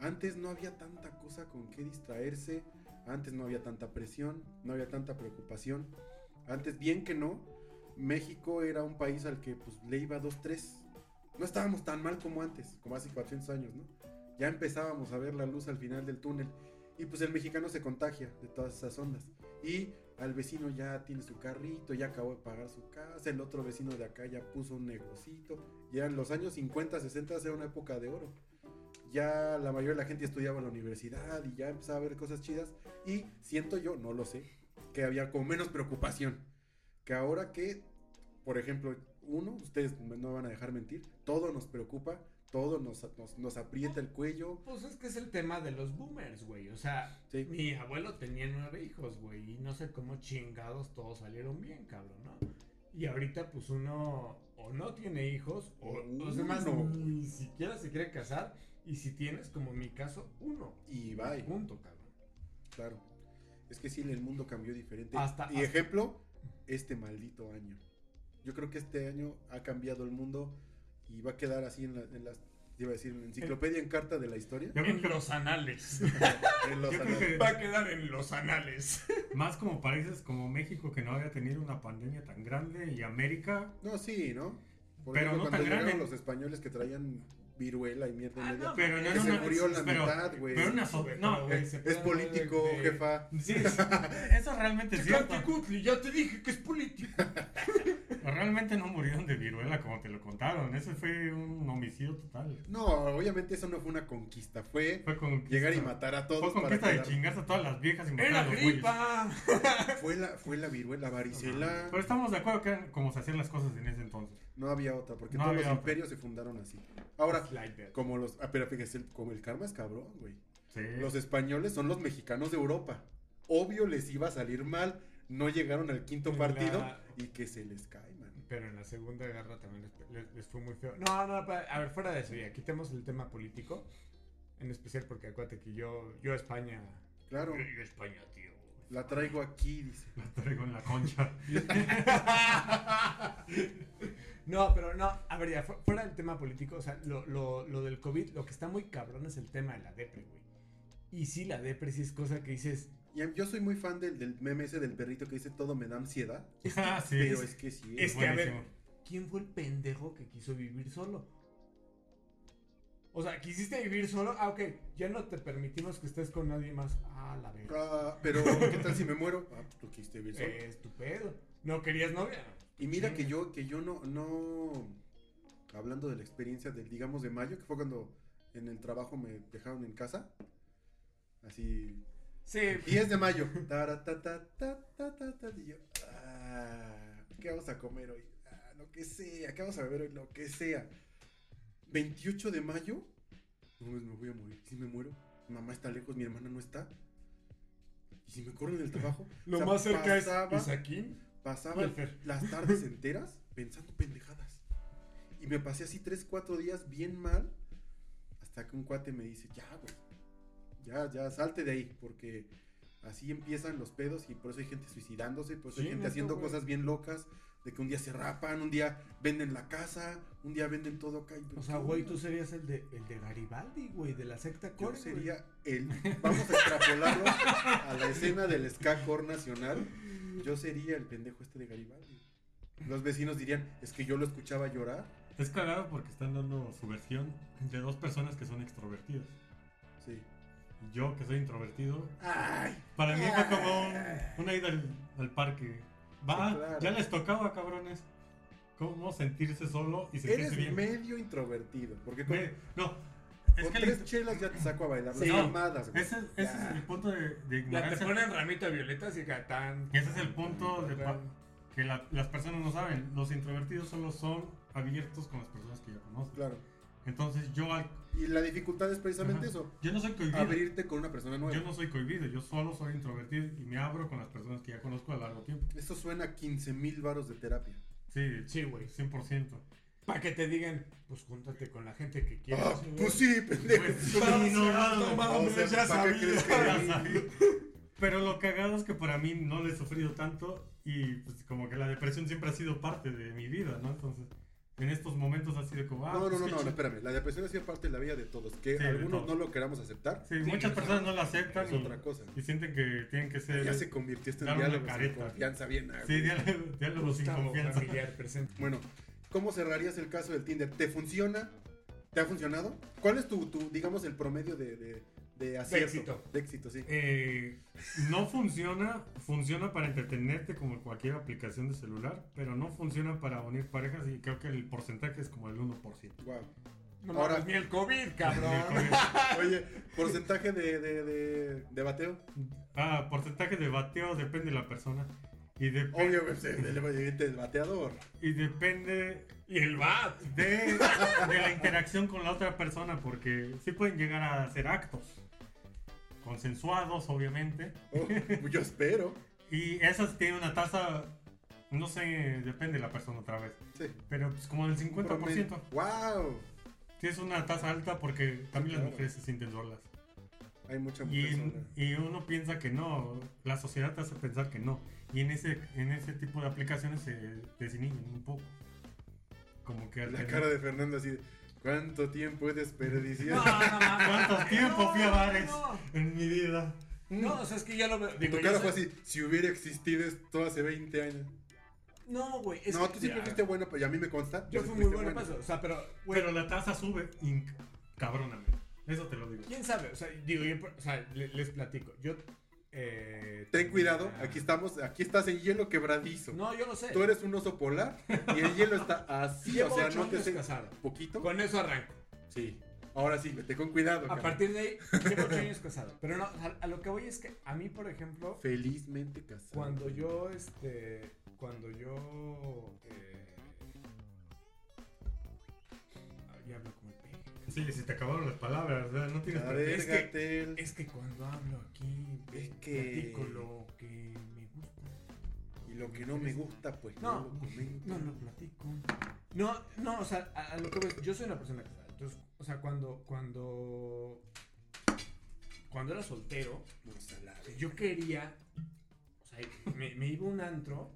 Antes no había tanta cosa con que distraerse, antes no había tanta presión, no había tanta preocupación. Antes, bien que no, México era un país al que pues, le iba 2-3. No estábamos tan mal como antes, como hace 400 años, ¿no? Ya empezábamos a ver la luz al final del túnel. Y pues el mexicano se contagia de todas esas ondas. Y al vecino ya tiene su carrito, ya acabó de pagar su casa, el otro vecino de acá ya puso un negocito. Ya en los años 50, 60 era una época de oro. Ya la mayoría de la gente estudiaba en la universidad y ya empezaba a ver cosas chidas. Y siento yo, no lo sé, que había como menos preocupación. Que ahora que, por ejemplo, uno, ustedes no van a dejar mentir, todo nos preocupa, todo nos, nos, nos aprieta el cuello.
Pues es que es el tema de los boomers, güey. O sea,
Sí.
mi abuelo tenía nueve hijos, güey. Y no sé cómo chingados todos salieron bien, cabrón, ¿no? Y ahorita, pues uno o no tiene hijos, o los demás
Uno.
ni siquiera se quiere casar. Y si tienes, como en mi caso, uno.
Y bye.
Punto, cabrón.
Claro. Es que sí, el mundo cambió diferente.
Hasta-
y
hasta-
ejemplo, este maldito año. Yo creo que este año ha cambiado el mundo y va a quedar así en la, en las- iba a decir, en la enciclopedia en carta de la historia.
Yo creo que
los anales.
En los
yo creo
anales.
Va a quedar en los anales.
más como países como México que no había tenido una pandemia tan grande y América
No, sí, ¿no? Por
Pero
ejemplo, cuando
no tan
llegaron
grande.
los españoles que traían viruela y mierda y
Ah,
media,
no,
Pero no
que
era
se
una.
murió la
pero-
mitad, güey.
Pero una. so- No,
güey,
güey.
se
Es
puede
político,
hablar de- de-
jefa.
Sí, sí, eso realmente es cierto.
Chacaltecutli, ya te dije que es político.
Realmente no murieron de viruela como te lo contaron. Ese fue un homicidio total.
No, obviamente eso no fue una conquista, fue
Fue con
llegar y matar a todos
Fue conquista de
quedar-
chingarse a todas las viejas y matar
Era
a los güeyes.
gripa.
Fue la, fue la viruela, la varicela.
Pero estamos de acuerdo que eran como se hacían las cosas en ese entonces.
No había otra, porque
No
todos los
había otra.
imperios se fundaron así. Ahora,
Slider.
como los. Ah, pero fíjese, el- como el karma es cabrón, güey.
Sí.
Los españoles son los mexicanos de Europa. Obvio les iba a salir mal. No llegaron al quinto
La-
partido y que se les cae, man.
Pero en la Segunda Guerra también les, les- les fue muy feo. No, no, pa- a ver, fuera de eso, ya quitemos el tema político. En especial porque acuérdate que yo, yo a España.
Claro,
a España, tío.
la traigo aquí, dice.
La traigo en la concha.
No, pero no, a ver, ya, fu- fuera del tema político, o sea, lo, lo- lo del COVID, lo que está muy cabrón es el tema de la depre, güey. Y sí, la depre sí es cosa que dices,
Y a- yo soy muy fan del, del meme ese del perrito que dice todo me da ansiedad.
Ah, sí.
Pero es que sí.
es que, a ver,
buenísimo.
¿quién fue el pendejo que quiso vivir solo? O sea, quisiste vivir solo, ah, ok, ya no te permitimos que estés con nadie más. Ah, la verga.
Ah, pero, ¿qué tal si me muero? Ah, tú quisiste vivir solo.
Eh, estupendo. ¿No querías novia?
Y mira que
Chinga.
yo, que yo no, no, hablando de la experiencia del, digamos, de mayo, que fue cuando en el trabajo me dejaron en casa, así,
Sí,
10 de mayo, tara, ta, ta, ta, ta, ta, ta, y yo, ah, ¿qué vamos a comer hoy? Ah, lo que sea, ¿qué vamos a beber hoy? Lo que sea. 28 de mayo, no, pues, me voy a morir, si me muero, mi mamá está lejos, mi hermana no está, y si me corren del trabajo,
lo
o sea,
más cerca
pasaba-
es Isaquín.
Pasaba
Welfare.
las tardes enteras pensando pendejadas. Y me pasé así 3, 4 días bien mal. Hasta que un cuate me dice, ya, güey. ya, ya, salte de ahí, porque así empiezan los pedos y por eso hay gente suicidándose, por eso
Sí,
hay gente
neta,
haciendo
güey.
cosas bien locas, de que un día se rapan, un día venden la casa, un día venden todo acá. y-
O sea,
¿qué
güey,
onda?
tú serías el de, el de Garibaldi, güey, de la secta
Yo
core. güey.
sería el. Vamos a extrapolarlo a la escena del ska core nacional. Yo sería el pendejo este de Garibaldi. Los vecinos dirían, es que yo lo escuchaba llorar.
Es cagado porque están dando su versión de dos personas que son extrovertidas.
Sí.
Yo, que soy introvertido,
¡Ay!
para mí fue como un-
Ay.
una ida al, al parque. Va,
Ah. Sí, claro.
ya les tocaba, cabrones. ¿Cómo sentirse solo y sentirse
Eres
bien?
medio introvertido. Porque con,
Me- No, es
con
que el
tres chelas ya te saco a bailar
Sí.
las mamadas, güey.
Ese, ese es el punto de, de
Ya te
ignorancia.
ponen ramito de violetas y gatán.
Ese es el punto de pa- que la- las personas no saben. Los introvertidos solo son abiertos con las personas que ya conocen.
Claro.
Entonces yo, al-
Y la dificultad es precisamente
Ajá.
eso.
yo no soy cohibido.
Abrirte con una persona nueva.
Yo no soy cohibido, yo solo soy introvertido y me abro con las personas que ya conozco a largo tiempo.
Esto suena a 15 mil varos de terapia.
Sí,
Sí, güey.
100%.
Para que te digan, pues júntate con la gente que quieras.
Ah,
güey.
pues sí, pendejo.
Pues sí,
Estás
no,
cerrado,
no,
mames,
o sea,
ya
¿para
sabía.
qué crees que-
Ya sabía. Pero lo cagado es que para mí no le he sufrido tanto y pues como que la depresión siempre ha sido parte de mi vida, ¿no? Entonces, en estos momentos ha sido como... Ah,
No, no,
pues,
no,
qué
no,
chido.
espérame. La depresión ha sido parte de la vida de todos. Que
Sí, de
algunos
todos.
no lo queramos aceptar
Sí,
Sí,
muchas
no,
personas no la aceptan
es
y,
otra cosa.
y sienten que tienen que ser...
Ya se convirtió esto en
dar una
diálogo sin
careta.
confianza bien. ah,
Sí,
güey.
diálogo, diálogo sin
Gustavo,
confianza.
familiar presente.
Bueno, ¿cómo cerrarías el caso del Tinder? ¿Te funciona? ¿Te ha funcionado? ¿Cuál es tu, tu digamos, el promedio de, de, de acierto?
éxito.
De éxito, sí.
Eh, no funciona, funciona para entretenerte como cualquier aplicación de celular, pero no funciona para unir parejas y creo que el porcentaje es como el 1%.
Wow.
No
Ahora-
mames, ni el COVID, cabrón.
Oye, porcentaje de, de, de, de bateo.
Ah, porcentaje de bateo depende de la persona. Y, dep-
Obvio, güey, se- del obviamente el bateador.
y depende
y el VAT.
de, de la interacción con la otra persona, porque sí pueden llegar a hacer actos consensuados, obviamente.
Oh, yo espero.
Y esas tienen una tasa, no sé, depende de la persona otra vez,
Sí.
pero pues como del 50%.
¡Wow!
Sí, es una tasa alta porque también las
Claro.
mujeres se sienten solas.
Hay mucha mujer
Y,
sola.
y uno piensa que no, la sociedad te hace pensar que no. Y en ese, en ese tipo de aplicaciones se desinhiben un poco. Como que al
La
tener-
cara de Fernando así de, ¿Cuánto tiempo he desperdiciado?
¿Cuánto tiempo fui a bares
No,
en mi vida?
No, o sea, es que ya lo veo.
tu
Digo,
cara
yo
fue
sé-
así, si hubiera existido esto hace 20 años.
No, güey. es
no,
que-
tú siempre
Ya.
fuiste bueno, pero a mí me consta.
Yo
que
fui muy
fuiste
bueno paso. O sea, pero, güey,
Pero la tasa sube inc- cabronamente. Eso te lo digo.
quién sabe. O sea, digo, yo, o sea, le- les platico. Yo. Eh,
Ten cuidado,
tenía-
aquí estamos, aquí estás en hielo quebradizo.
No, yo lo sé.
Tú eres un oso polar y el hielo está así,
Llevo
o sea,
ocho
no te
años
sé
casado.
poquito.
Con eso arranco.
Sí. Ahora sí, vete con cuidado.
A
cabrón.
partir de ahí, llevo ocho años casado. Pero no, a, a lo que voy es que a mí, por ejemplo,
felizmente casado.
cuando yo, este, cuando yo, eh, ay, ya hablo como el peje.
Sí, se te acabaron las palabras. o sea, No tienes
A
pretexto.
ver,
Es que-
Gatel.
Es que cuando hablo aquí,
Es
eh,
que-
platico lo que me gusta.
Y lo que no me gusta, pues no,
No,
lo
no
comento.
lo platico. No, no, o sea, a, a lo que voy, yo soy una persona casada. Entonces, o sea, cuando, cuando, cuando era soltero,
Vamos a la verga.
yo quería, o sea, me, me iba a un antro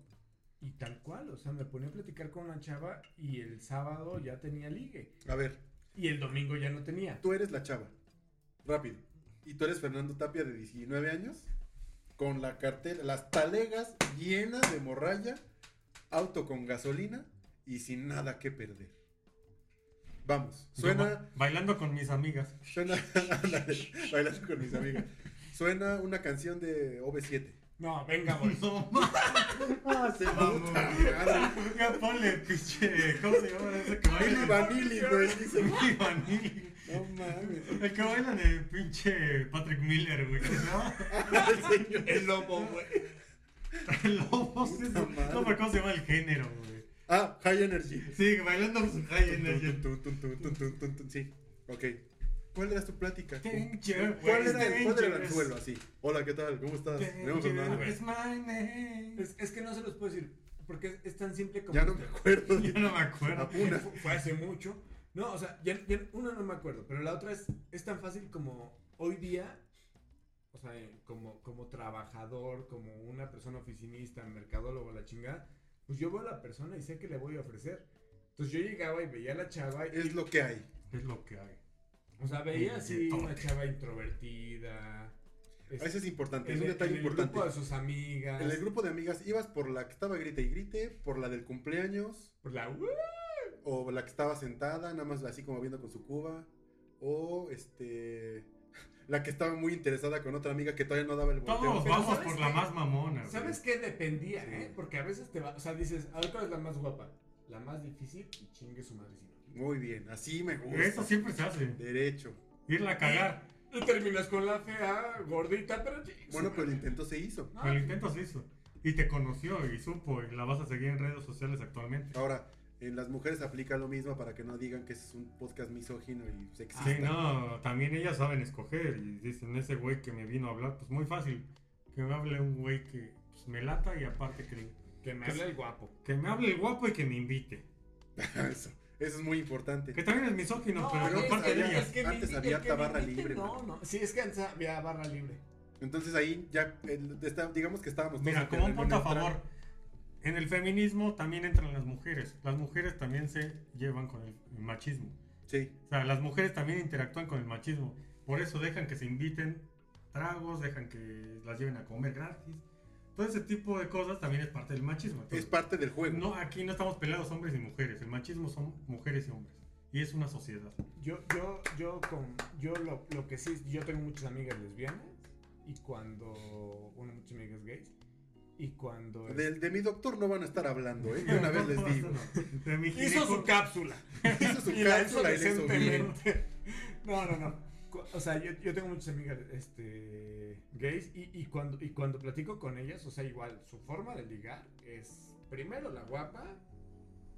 y tal cual, o sea, me ponía a platicar con una chava y el sábado ya tenía ligue
A ver,
y el domingo ya no tenía.
tú eres la chava. Rápido. Y tú eres Fernando Tapia de 19 años. Con la cartera, las talegas llenas de morralla. Auto con gasolina. Y sin nada que perder. Vamos.
Yo
Suena.
ba- Bailando con mis amigas.
Suena. ándale, bailando con mis amigas. Suena una canción de OV7.
No, venga, voy.
No mames,
Ah, se
mamó. ya ponle pinche. ¿Cómo se llama ese que
Billy
baila?
Vanilli, güey. dice.
Billy Vanilli.
No mames.
El que baila de pinche Patrick Miller, güey. ¿no?
El lobo, güey.
El lobo, sí,
Puta
no
madre.
no me acuerdo cómo se llama el género, güey.
Ah, High Energy.
Sí, bailando con su high energy.
Tun, tun, tun, tun, tun, tun, tun, Sí, ok. ¿Cuál era tu plática? ¿Cuál
Danger,
era,
güey,
cuál era el
dangerous.
anzuelo? Así. Hola, ¿qué tal? ¿Cómo estás? Me llamo Fernando.
Danger is my name.
Es, es que no se los puedo decir, porque es, es tan simple como...
Ya no me acuerdo.
Ya no me acuerdo.
Apuna.
Fue- Fue hace mucho. No, o sea, ya, ya- una no me acuerdo, pero la otra es, es tan fácil como hoy día sea, en- como, como trabajador, como una persona oficinista, mercadólogo, la chingada, pues yo veo a la persona y sé que le voy a ofrecer. Entonces yo llegaba y veía a la chava y,
Es lo que hay.
Es lo que hay.
o sea, veía así
Toque.
una chava introvertida. este,
Eso es importante, es
en
un
el-
detalle
en el
importante.
grupo de sus amigas.
En el grupo de amigas ibas por la que estaba grita y grite, por la del cumpleaños,
por la "Uh",
o la que estaba sentada, nada más así como viendo con su cuba, o este la que estaba muy interesada con otra amiga que todavía no daba el volteo.
Todos
Pero
vamos
¿sabes
por
qué?
la más mamona. güey.
¿Sabes qué? Dependía,
Sí.
¿eh? Porque a veces te va. O sea, dices, ahora cuál es la más guapa? La más difícil y chingue su madre si no.
Muy bien, así me gusta.
Eso siempre se hace.
Derecho.
Irla a cagar.
Y terminas con la fea, gordita, pero chingue su
Bueno, pero el
madre.
intento se hizo.
No,
Pero el intento se hizo. Y te conoció y supo y la vas a seguir en redes sociales actualmente.
Ahora, en las mujeres aplica lo mismo para que no digan que es un podcast misógino y sexista.
Sí, no, también ellas saben escoger y dicen, ese güey que me vino a hablar, pues muy fácil. Que me hable un güey que pues, me lata y aparte que,
Que me habla el guapo.
que me hable el guapo y que me invite.
eso, eso es muy importante.
Que también es misógino, pero
antes
no parte de
había-
ellas.
antes
invite-
había
que
hasta
me
barra
invite,
libre,
No, no. Sí, es que antes había barra libre.
Entonces ahí ya, el- está- digamos que estábamos todos
Mira,
en
como un
terreno
punto a
neutral.
favor, en el feminismo también entran las mujeres. Las mujeres también se llevan con el machismo.
Sí,
O sea, las mujeres también interactúan con el machismo. Por eso dejan que se inviten tragos, dejan que las lleven a comer gratis. Todo ese tipo de cosas también es parte del machismo.
es
Entonces,
parte del juego.
no, aquí no estamos peleados hombres y mujeres. El machismo son mujeres y hombres. Y es una sociedad.
Yo, yo, yo, con, yo lo, lo que sí, yo tengo muchas amigas lesbianas y cuando, bueno, muchas amigas gays y cuando...
Del- de mi doctor no van a estar hablando, ¿eh? De una vez les digo.
De mi
Hizo
gineco-
su cápsula.
Hizo su
y la hizo
cápsula y la hizo bien.
decentemente. No, no, no. Cu- O sea, yo, yo tengo muchas amigas este, gays y, y, cuando, y cuando platico con ellas, o sea, igual, su forma de ligar es primero la guapa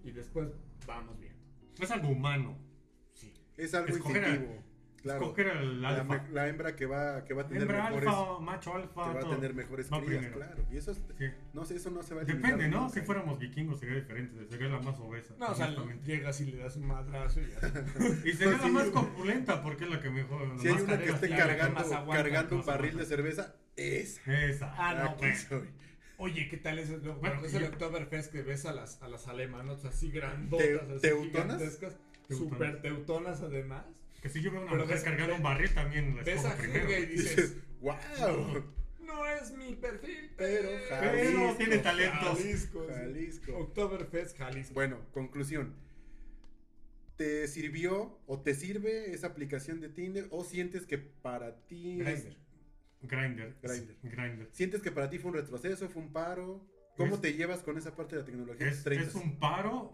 y después vamos viendo.
es algo humano.
Sí.
Es algo
Escoger a-
instintivo. Claro.
Escoger al
La,
alfa.
me- la hembra que va, que va a tener
Hembra
mejores.
alfa, o macho alfa.
que va a
todo.
tener mejores
Va
crías,
primero.
claro. Y eso es-
Sí.
no sé, eso no se va a eliminar
Depende, ¿no?
nunca.
Si fuéramos vikingos sería diferente. Sería la más obesa.
No, o sea,
honestamente.
llegas y le das un madrazo y ya.
Y sería
Sí.
la más corpulenta porque es la que mejor. la
Si hay
más
una que
carrera
esté
tiene, la
cargando,
más aguanta,
cargando
la
un
más
barril de
aguanta.
cerveza, esa.
Esa.
Ah, no,
Aquí
bueno.
soy.
Oye, ¿qué tal eso? Bueno,
Bueno,
es
y
el
yo-
Oktoberfest que ves a las, a las alemanas así grandotas,
Teu-
así
¿teutonas?
gigantescas,
Teutonas.
super teutonas además.
Que si yo veo a una
Pero
mujer
ves-
cargando un barril también la
Ves a
escojo primero.
Helga y dices,
Dices, wow.
No es mi perfil,
Pero
Pero
Jalisco,
tiene talentos.
Jalisco, sí.
Jalisco.
Oktoberfest Jalisco.
Bueno, conclusión. ¿Te sirvió o te sirve esa aplicación de Tinder o sientes que para ti es-
Grindr.
Grinder.
Grindr.
Grinder.
sientes que para ti fue un retroceso, fue un paro? ¿Cómo
Es-
te llevas con esa parte de la tecnología?
Es,
30.
es un paro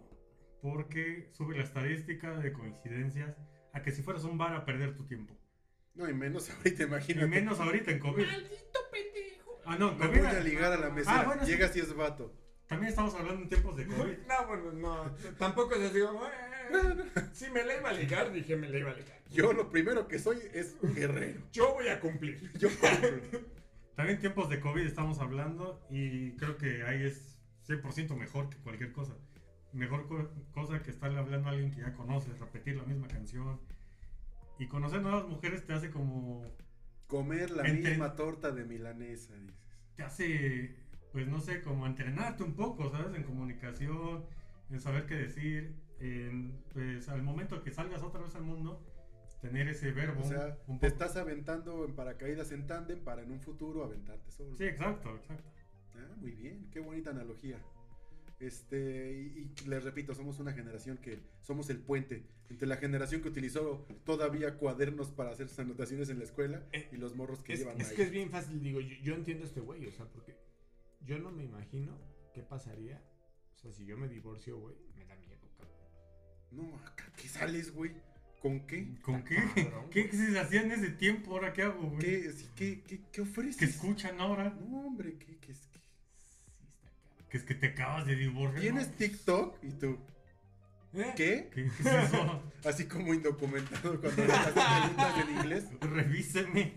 porque sube la estadística de coincidencias a que si fueras un bar a perder tu tiempo.
No, y menos ahorita,
Y
imagínate.
menos ahorita en COVID.
Maldito pendejo.
Ah, no, en
Me voy
COVID.
a ligar a la mesera.
Ah, bueno, sí.
Llegas y es vato.
También estamos hablando en tiempos de COVID.
No, bueno, no. Tampoco es así como.
Ah,
"Eh, Si me la iba a ligar, dije me la iba a ligar.
Yo lo primero que soy es guerrero.
Yo voy a cumplir.
Yo cumplo.
También tiempos de COVID estamos hablando y creo que ahí es 100% mejor que cualquier cosa. Mejor co- cosa que estarle hablando a alguien que ya conoces, repetir la misma canción. Y conocer nuevas mujeres te hace como...
Comer la
Ente-
misma torta de milanesa, dices.
Te hace, pues no sé, como entrenarte un poco, ¿sabes? En comunicación, en saber qué decir. En, pues al momento que salgas otra vez al mundo, tener ese verbo.
O sea,
un
te
poco.
estás aventando en paracaídas en tándem para en un futuro aventarte solo.
Sí, exacto, exacto.
Ah, muy bien, qué bonita analogía. Este, y, y les repito, somos una generación que somos el puente entre la generación que utilizó todavía cuadernos para hacer sus anotaciones en la escuela
Eh,
y los morros que
Es,
llevan
es
ahí.
que es bien fácil, digo, yo, yo entiendo a este güey, o sea, porque yo no me imagino qué pasaría. O sea, si yo me divorcio, güey, me da miedo, cabrón.
No, acá, ¿qué sales, güey? ¿Con qué?
¿Con qué?
Está Ah, cabrón,
¿Qué
güey.
se hacía en ese tiempo? ¿Ahora qué hago, güey?
¿Qué, sí, qué, qué, qué ofreces?
que escuchan ahora,
No, hombre, ¿qué, qué, es- qué?
Sí, está cabrón.
que es que te acabas de divorciar.
¿Tienes
¿no?
TikTok? ¿Y tú?
¿Eh?
¿Qué?
¿Qué, qué es eso?
Así como indocumentado cuando le hacen preguntas en inglés.
Revíseme.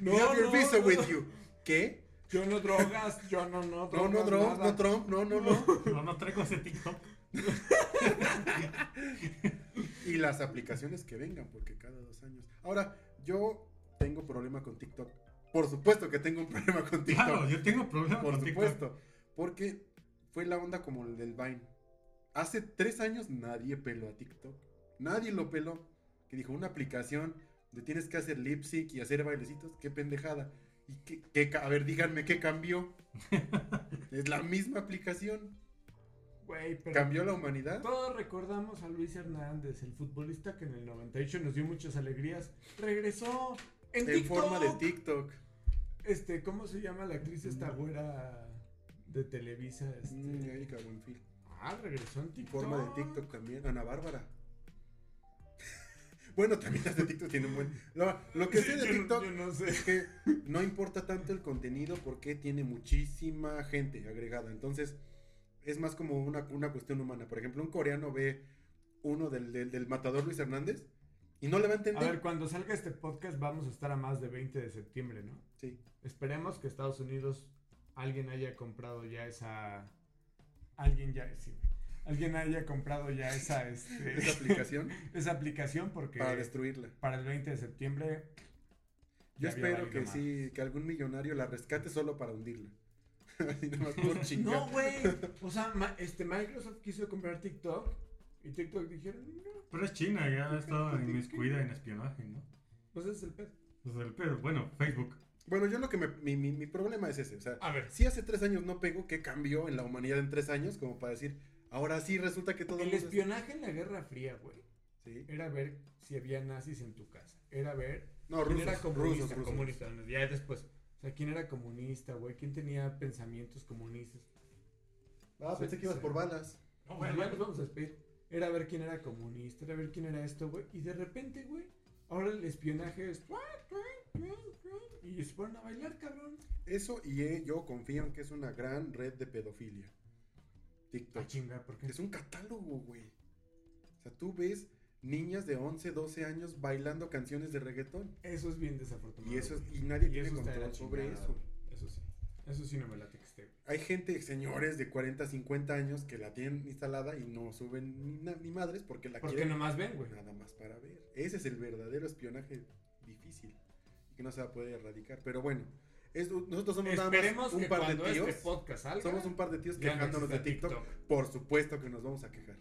No,
We have your
¿Eh? no,
visa
no,
with
no.
you. ¿Qué?
Yo no drogas, yo no, no,
No, no,
drogas,
Trump,
nada.
no, Trump, no, no, no.
No, no traigo ese TikTok.
Y las aplicaciones que vengan, porque cada dos años. Ahora, yo tengo problema con TikTok. Por supuesto que tengo un problema con TikTok.
Claro, yo tengo problemas
por
con TikTok.
supuesto. Porque fue la onda como el del Vine. Hace tres años nadie peló a TikTok. Nadie lo peló. Que dijo, una aplicación de tienes que hacer lip sync y hacer bailecitos. Qué pendejada. ¿Y qué, qué ca- a ver, díganme qué cambió. es la misma aplicación.
Güey, pero
¿Cambió la humanidad?
Todos recordamos a Luis Hernández, el futbolista que en el 98 nos dio muchas alegrías. Regresó en,
En
TikTok.
forma de TikTok.
Este, ¿cómo se llama la actriz esta güera de Televisa? Este?
Mm, Erika Buenfil.
Ah, regresó en
En
TikTok.
forma de TikTok también. Ana Bárbara. bueno, también las de TikTok tienen un buen. Lo, lo que sé de
Yo no-
TikTok
Yo no sé.
es que no importa tanto el contenido porque tiene muchísima gente agregada. Entonces, es más como una, una cuestión humana. Por ejemplo, un coreano ve uno del, del- del matador Luis Hernández y no le va a
A
entender.
ver, cuando salga este podcast vamos a estar a más de 20 de septiembre, ¿no?
Sí.
Esperemos que Estados Unidos alguien haya comprado ya esa alguien ya sí, güey. alguien haya comprado ya esa este,
Esa aplicación
esa aplicación porque
para destruirla.
para el 20 de septiembre. ya había
Yo espero
valido
que
madre.
sí, que algún millonario la rescate solo para hundirla. Así nomás por chingar.
No, güey. O sea, ma- este Microsoft quiso comprar TikTok y TikTok dijeron, no,
Pero es China, ya ha estado en miscuida en espionaje, ¿no?
pues ese es el pedo.
Pues el pedo, bueno, Facebook.
Bueno, yo lo que me, mi, mi- mi problema es ese. O sea,
A ver,
si hace tres años no pegó, ¿qué cambió en la humanidad en tres años? Como para decir, ahora sí resulta que todo
el
mundo es-
espionaje en la Guerra Fría, güey,
Sí.
era ver si había nazis en tu casa. Era ver
No,
quién
rusos,
era comunista,
rusos, rusos.
comunista, no, ya después. O sea, quién era comunista, güey, quién tenía pensamientos comunistas.
Ah, pensé que ibas por balas.
No,
Bueno, Pues ya nos vamos a despedir. Era ver quién era comunista, era ver quién era esto, güey. Y de repente, güey, ahora el espionaje es. Y se ponen a bailar, cabrón.
Eso y eh, yo confío en que es una gran red de pedofilia.
A
TikTok.
chingar, porque
Es un catálogo, güey. O sea, tú ves niñas de 11, 12 años bailando canciones de reggaetón.
eso es bien desafortunado.
Y eso es-
güey.
y nadie
Y
tiene
eso está de la
control sobre
chingada,
eso.
güey. Eso sí. Eso sí no me late que esté. güey.
Hay gente, señores de 40, 50 años que la tienen instalada y no suben ni, na- ni madres porque la
Porque
quieren
nomás ven, güey.
nada más para ver. Ese es el verdadero espionaje difícil que no se va a poder erradicar. Pero bueno, es- nosotros somos nada
Esperemos
más un
que
par
cuando
de tíos.
este podcast salga.
Somos un par de tíos
ya no
quejándonos de
exista
TikTok. Por supuesto que nos vamos a quejar.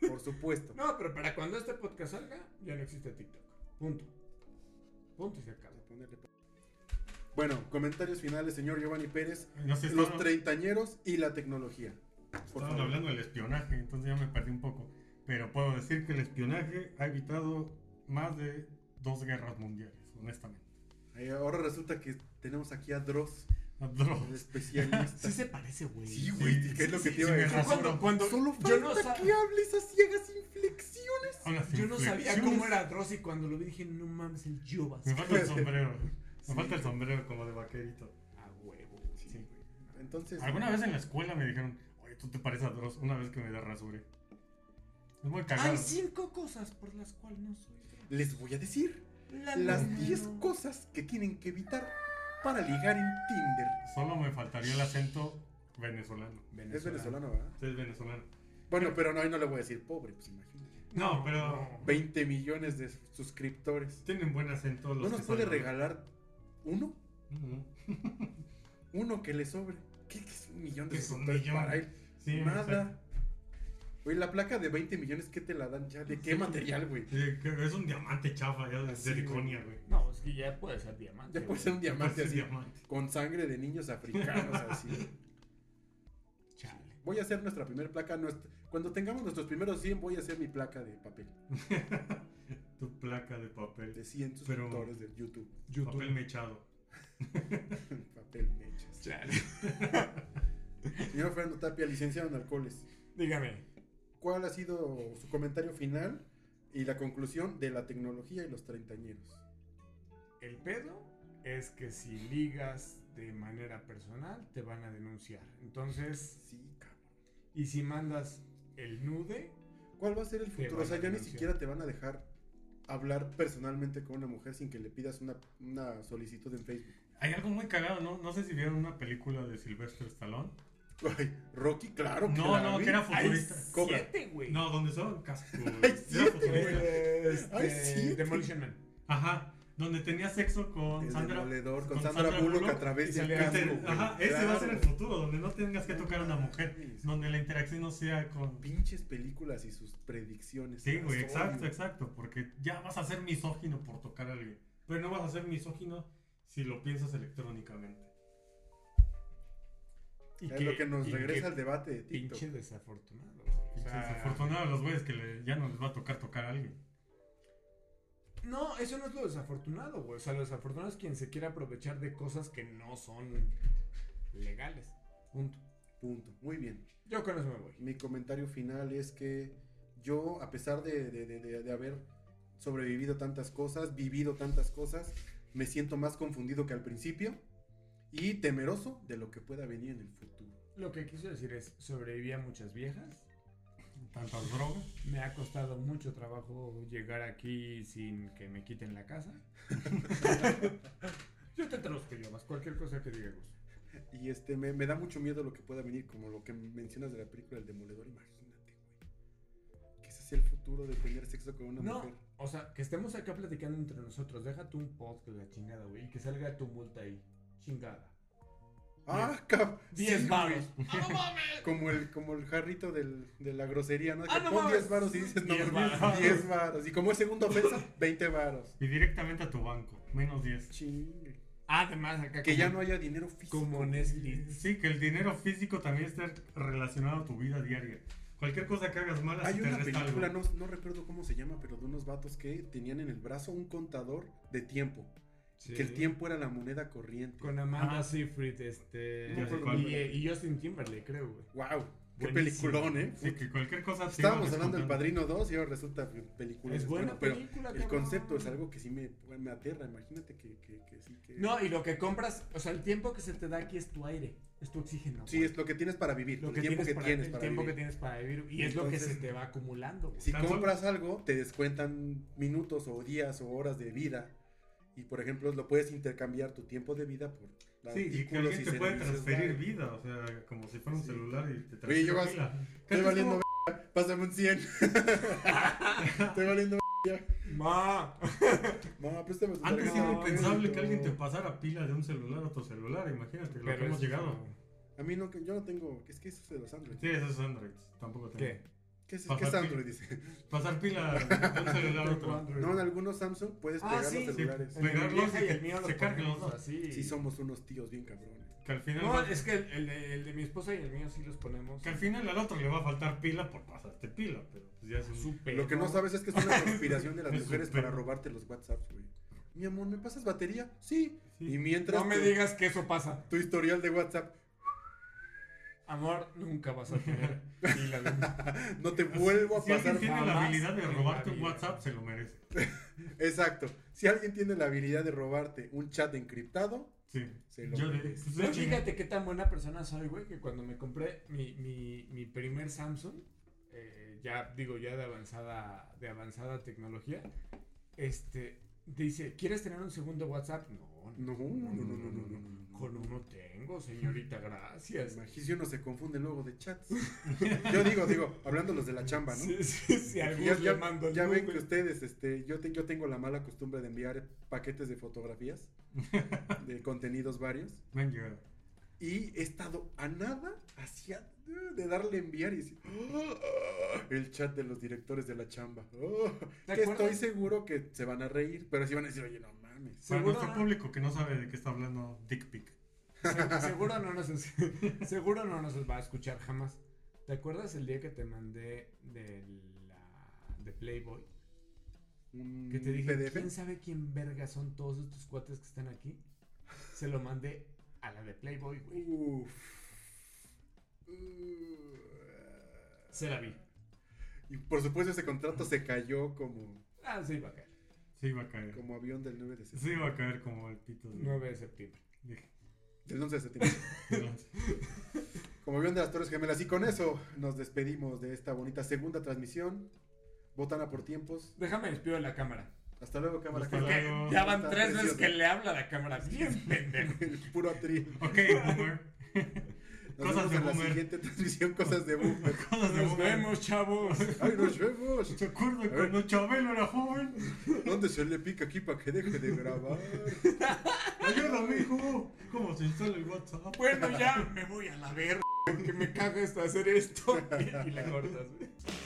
Por supuesto.
No, pero para cuando este podcast salga, ya no existe TikTok. Punto. Punto y se acaba.
Vamos a ponerle po- Bueno, comentarios finales, señor Giovanni Pérez.
No sé,
Los
estaban-
treintañeros y la tecnología. Por
Estaban
favor.
hablando del espionaje, entonces ya me perdí un poco. Pero puedo decir que el espionaje ha evitado más de dos guerras mundiales, honestamente.
Ay, Ahora resulta que tenemos aquí a Dross, el
Sí
especialista.
se parece, güey.
Sí, güey, ¿qué es lo que te iba a
me
decir?
rasuro.
Cuando, cuando
Solo
yo no
falta
sab-
que hables a ciegas inflexión.
Ahora sí,
Yo no sabía
flexiones.
cómo era Dross y cuando lo vi dije, no mames, el Jovas.
Me falta el sombrero.
Sí.
Me falta el sombrero como de vaquerito.
A Ah, huevo.
Sí.
Entonces,
Alguna vez en la escuela me dijeron, oye, tú te pareces a Dross una vez que me desrasuré. Es muy cagado.
Hay cinco cosas por las cuales no soy gay.
les voy a decir
La
las
número-
10 cosas que tienen que evitar para ligar en Tinder.
Solo me faltaría el acento venezolano.
Es venezolano, ¿verdad?
Usted es venezolano.
Bueno, pero no, ahí no le voy a decir pobre, pues imagínate.
No, pero-
20 millones de suscriptores.
Tienen buen acento los
¿No nos
que
puede
salen-
regalar uno?
Ujú.
Uno que le sobre. ¿Qué, qué es un millón de
¿Qué es un
suscriptores
millón?
para él?
Sí, exacto.
Nada. Oye, la placa de 20 millones, ¿qué te la dan ya? ¿De qué
Sí.
material, güey?
Sí, que Es un diamante chafa ya de,
Así,
de Liconia, güey.
No, es que ya puede ser diamante.
Ya puede ser un diamante
Parece
así.
diamante.
Con sangre de niños africanos, así.
güey. Chale.
Voy a hacer nuestra primera placa. nuestra- Cuando tengamos nuestros primeros 100, voy a hacer mi placa de papel.
tu placa de papel.
De 100
Pero-
suscriptores de YouTube.
Papel mechado.
papel mechas.
Chale.
Señor Fernando Tapia, licenciado en alcoholes.
Dígame.
¿Cuál ha sido su comentario final y la conclusión de la tecnología y los treintañeros?
El pedo es que si ligas de manera personal, te van a denunciar. Entonces,
Sí, cabrón.
y si mandas el nude,
¿Cuál va a ser el
Te
futuro?
van
O sea,
a
ya ni
denunciar.
siquiera te van a dejar hablar personalmente con una mujer sin que le pidas una, una solicitud en Facebook.
Hay algo muy cagado, ¿no? No sé si vieron una película de Sylvester Stallone.
Ay, Rocky, claro que
no,
la
no,
vi.
que era
hay
futurista.
Cobra.
siete, güey.
No, donde usaban casco. güey.
Hay
Era
siete,
futurista.
güey.
Este,
Ay, siete.
Demolition Man.
Ajá. donde tenía sexo con
El
Sandra.
demoledor con, Sandra, Bullock, a través
y
del
sale
y te-
casco. güey.
ajá, ese va a ser el
Claro.
futuro, donde no tengas que tocar a una mujer,
Mames,
donde la interacción no sea con.
Pinches películas y sus predicciones.
Sí, güey,
Las
exacto,
odio.
exacto, porque ya vas a ser misógino por tocar a alguien, pero no vas a ser misógino si lo piensas electrónicamente.
Y
Es lo que nos
y
regresa al
que
debate de TikTok.
Pinche desafortunado. güey. O
Pinches
sea,
desafortunados los güeyes que le- ya no les va a tocar tocar a alguien.
No, eso no es lo desafortunado, güey. O sea, lo desafortunado es quien se quiere aprovechar de cosas que no son legales. Punto.
Punto. Muy bien.
Yo con eso me voy.
Mi comentario final es que yo, a pesar de, de- de- de- de haber sobrevivido tantas cosas, vivido tantas cosas, me siento más confundido que al principio y temeroso de lo que pueda venir en el futuro.
Lo que quiso decir es, sobreviví a muchas viejas.
Tantas drogas.
Me ha costado mucho trabajo llegar aquí sin que me quiten la casa. yo te traduzco yo más, cualquier cosa que digas.
Y este, me, me da mucho miedo lo que pueda venir, como lo que mencionas de la película El Demoledor. Imagínate, güey. Que ese sea el futuro de tener sexo con una
No,
mujer.
o sea, que estemos acá platicando entre nosotros. Deja tú un podcast, la chingada, güey, y que salga tu multa ahí. Chingada.
¡Ah, cabrón!
10 varos.
Como el, como el jarrito del- de la grosería, ¿no?
Ah,
Que
no
pon
mames.
10 varos y dices, no,
10
10
varos.
varos. Y como es segunda ofensa, 20 varos.
Y directamente a tu banco, menos 10.
Chingue.
Además, Ah, acá
Que
como-
ya no haya dinero físico.
como Nestlé.
Sí, que el dinero físico también esté relacionado a tu vida diaria. Cualquier cosa que hagas mala,
Hay
si te
una
resta
película,
algo.
no, no recuerdo cómo se llama, pero de unos vatos que tenían en el brazo un contador de tiempo. Que el tiempo era la moneda corriente.
Con Amanda
Ah.
Seyfried, este.
Ya sé cuál.
Y, eh, y Justin Timberlake, creo, güey.
¡Wow! ¡Qué
Buenísimo.
peliculón, eh!
Sí, que cualquier cosa. te
Estábamos
iba
hablando del
descontando.
Padrino 2 y ahora resulta que película.
Es buena
bueno, pero
película,
el
cabrón.
concepto es algo que sí me, me aterra. Imagínate que, que, que sí que.
No, y lo que compras, o sea, el tiempo que se te da aquí es tu aire, es tu oxígeno.
Sí,
güey.
es lo que tienes para vivir,
Lo
el tiempo que
para-
tienes
el
para
tiempo
vivir.
que tienes para vivir. Y es lo que se
Entonces-
te va acumulando. güey.
Si
Tan solo-
compras algo, te descuentan minutos o días o horas de vida. Y por ejemplo, lo puedes intercambiar tu tiempo de vida por
Sí, y que alguien te puede
servicios,
transferir
¿vale?
vida, o sea, como si fuera un
Sí.
celular y te
Oye, yo
transfiere
vas-
pila.
Estoy
Casi
valiendo
como-
verga, Pásame un 100. Estoy valiendo
Ma.
verga. Mamá, préstame tu
Antes
tarjeta
era
No,
de
impensable
crédito.
que alguien te pasara pila de un celular a tu celular, imagínate lo que hemos
es-
llegado.
A mí no, yo no tengo. Es que eso es de los Android.
Sí, eso es Android, tampoco tengo.
¿Qué?
¿Qué es,
Pasar
qué es
pila.
Android? Dice.
Pasar pila de un celular a
Tengo
otro.
Android.
No, en algunos Samsung puedes
Ah,
pegar
sí.
los
Sí,
celulares.
El de mi
pegarlos
vieja
y
y
que
el mío
se
lo
carguen los
ponemos
dos.
así.
Sí, somos unos tíos bien cabrones.
Que al final,
No,
va-
es que el, el de, el de mi esposa y el mío sí los ponemos.
que al final al otro le va a faltar pila por pasarte pila, pero pues ya es un...
Súper,
Lo que no sabes es que es una conspiración de las
Es
mujeres
súper.
para robarte los WhatsApps, güey. Mi amor, ¿me pasas batería? Sí.
Sí.
Y mientras
No me
tu,
digas que eso pasa.
tu historial de WhatsApp
Amor, nunca vas a tener pila de un-
no te vuelvo a
Si alguien
pasar.
tiene la
jamás
habilidad de
en
robarte
la
un
vida.
WhatsApp, se lo merece.
Exacto. Si alguien tiene la habilidad de robarte un chat encriptado,
Sí.
se lo
Yo le-
merece.
pues, de
No,
hecho,
fíjate qué tan buena persona soy, güey, que cuando me compré mi, mi, mi primer Samsung, eh, ya digo, ya de avanzada, de avanzada tecnología, este, dice, ¿quieres tener un segundo WhatsApp? No,
No, no, no, no, no, no, no, no.
Con uno tengo, señorita, gracias.
Magicio no se confunde luego de chats. Yo digo, digo, hablando los de la chamba, ¿no?
Sí, sí, sí, a
Porque
Gus
ya,
le mando el
ya ven
Uber.
que ustedes, este, yo, te- yo tengo la mala costumbre de enviar paquetes de fotografías, de contenidos varios.
me han llegado.
Y he estado a nada hacia de darle a enviar y decir, "Ah, el chat de los directores de la chamba. ah",
¿Te
que
acuerdas?
estoy seguro que se van a reír, pero sí van a decir, oye, no mames.
Para
Seguro- ah.
nuestro público que no sabe de qué está hablando Dick Pic.
Se- Seguro no, nos, es- seguro no nos va a escuchar jamás. ¿Te acuerdas el día que te mandé de, la, de Playboy?
Un
Que te dije,
PDF.
¿quién sabe quién verga son todos estos cuates que están aquí? Se lo mandé a la de Playboy, güey.
Uf.
Se la vi.
Y por supuesto ese contrato se cayó como,
Ah, se iba a caer.
Sí va a caer.
como avión del 9 de septiembre.
Sí va a caer como el pito de...
9 de septiembre.
de-
Del 11 de septiembre.
de-
Como vieron de las Torres Gemelas. Y con eso nos despedimos de esta bonita segunda transmisión. Botana por tiempos.
Déjame despido de la cámara.
Hasta Pues luego, cámara.
Hasta
cámara.
luego.
Ya van
Está
tres veces
precioso.
que le habla a la cámara. Bien pendejo.
El puro atril.
Ok, boomer.
Nos vemos
Cosas de
en la
boomer.
siguiente transmisión, cosas de boomer.
Cosas de
Nos
boomer.
vemos, chavos.
¡Ay, nos vemos!
¿Se acuerdan
A ver.
cuando Chabelo era joven?
¿Dónde se le pica aquí para que deje de grabar?
Ayúdame, hijo. ¿Cómo se instala el WhatsApp?
Bueno, ya me voy a la verga. Porque me caga esto hacer esto. Y, y la cortas, güey.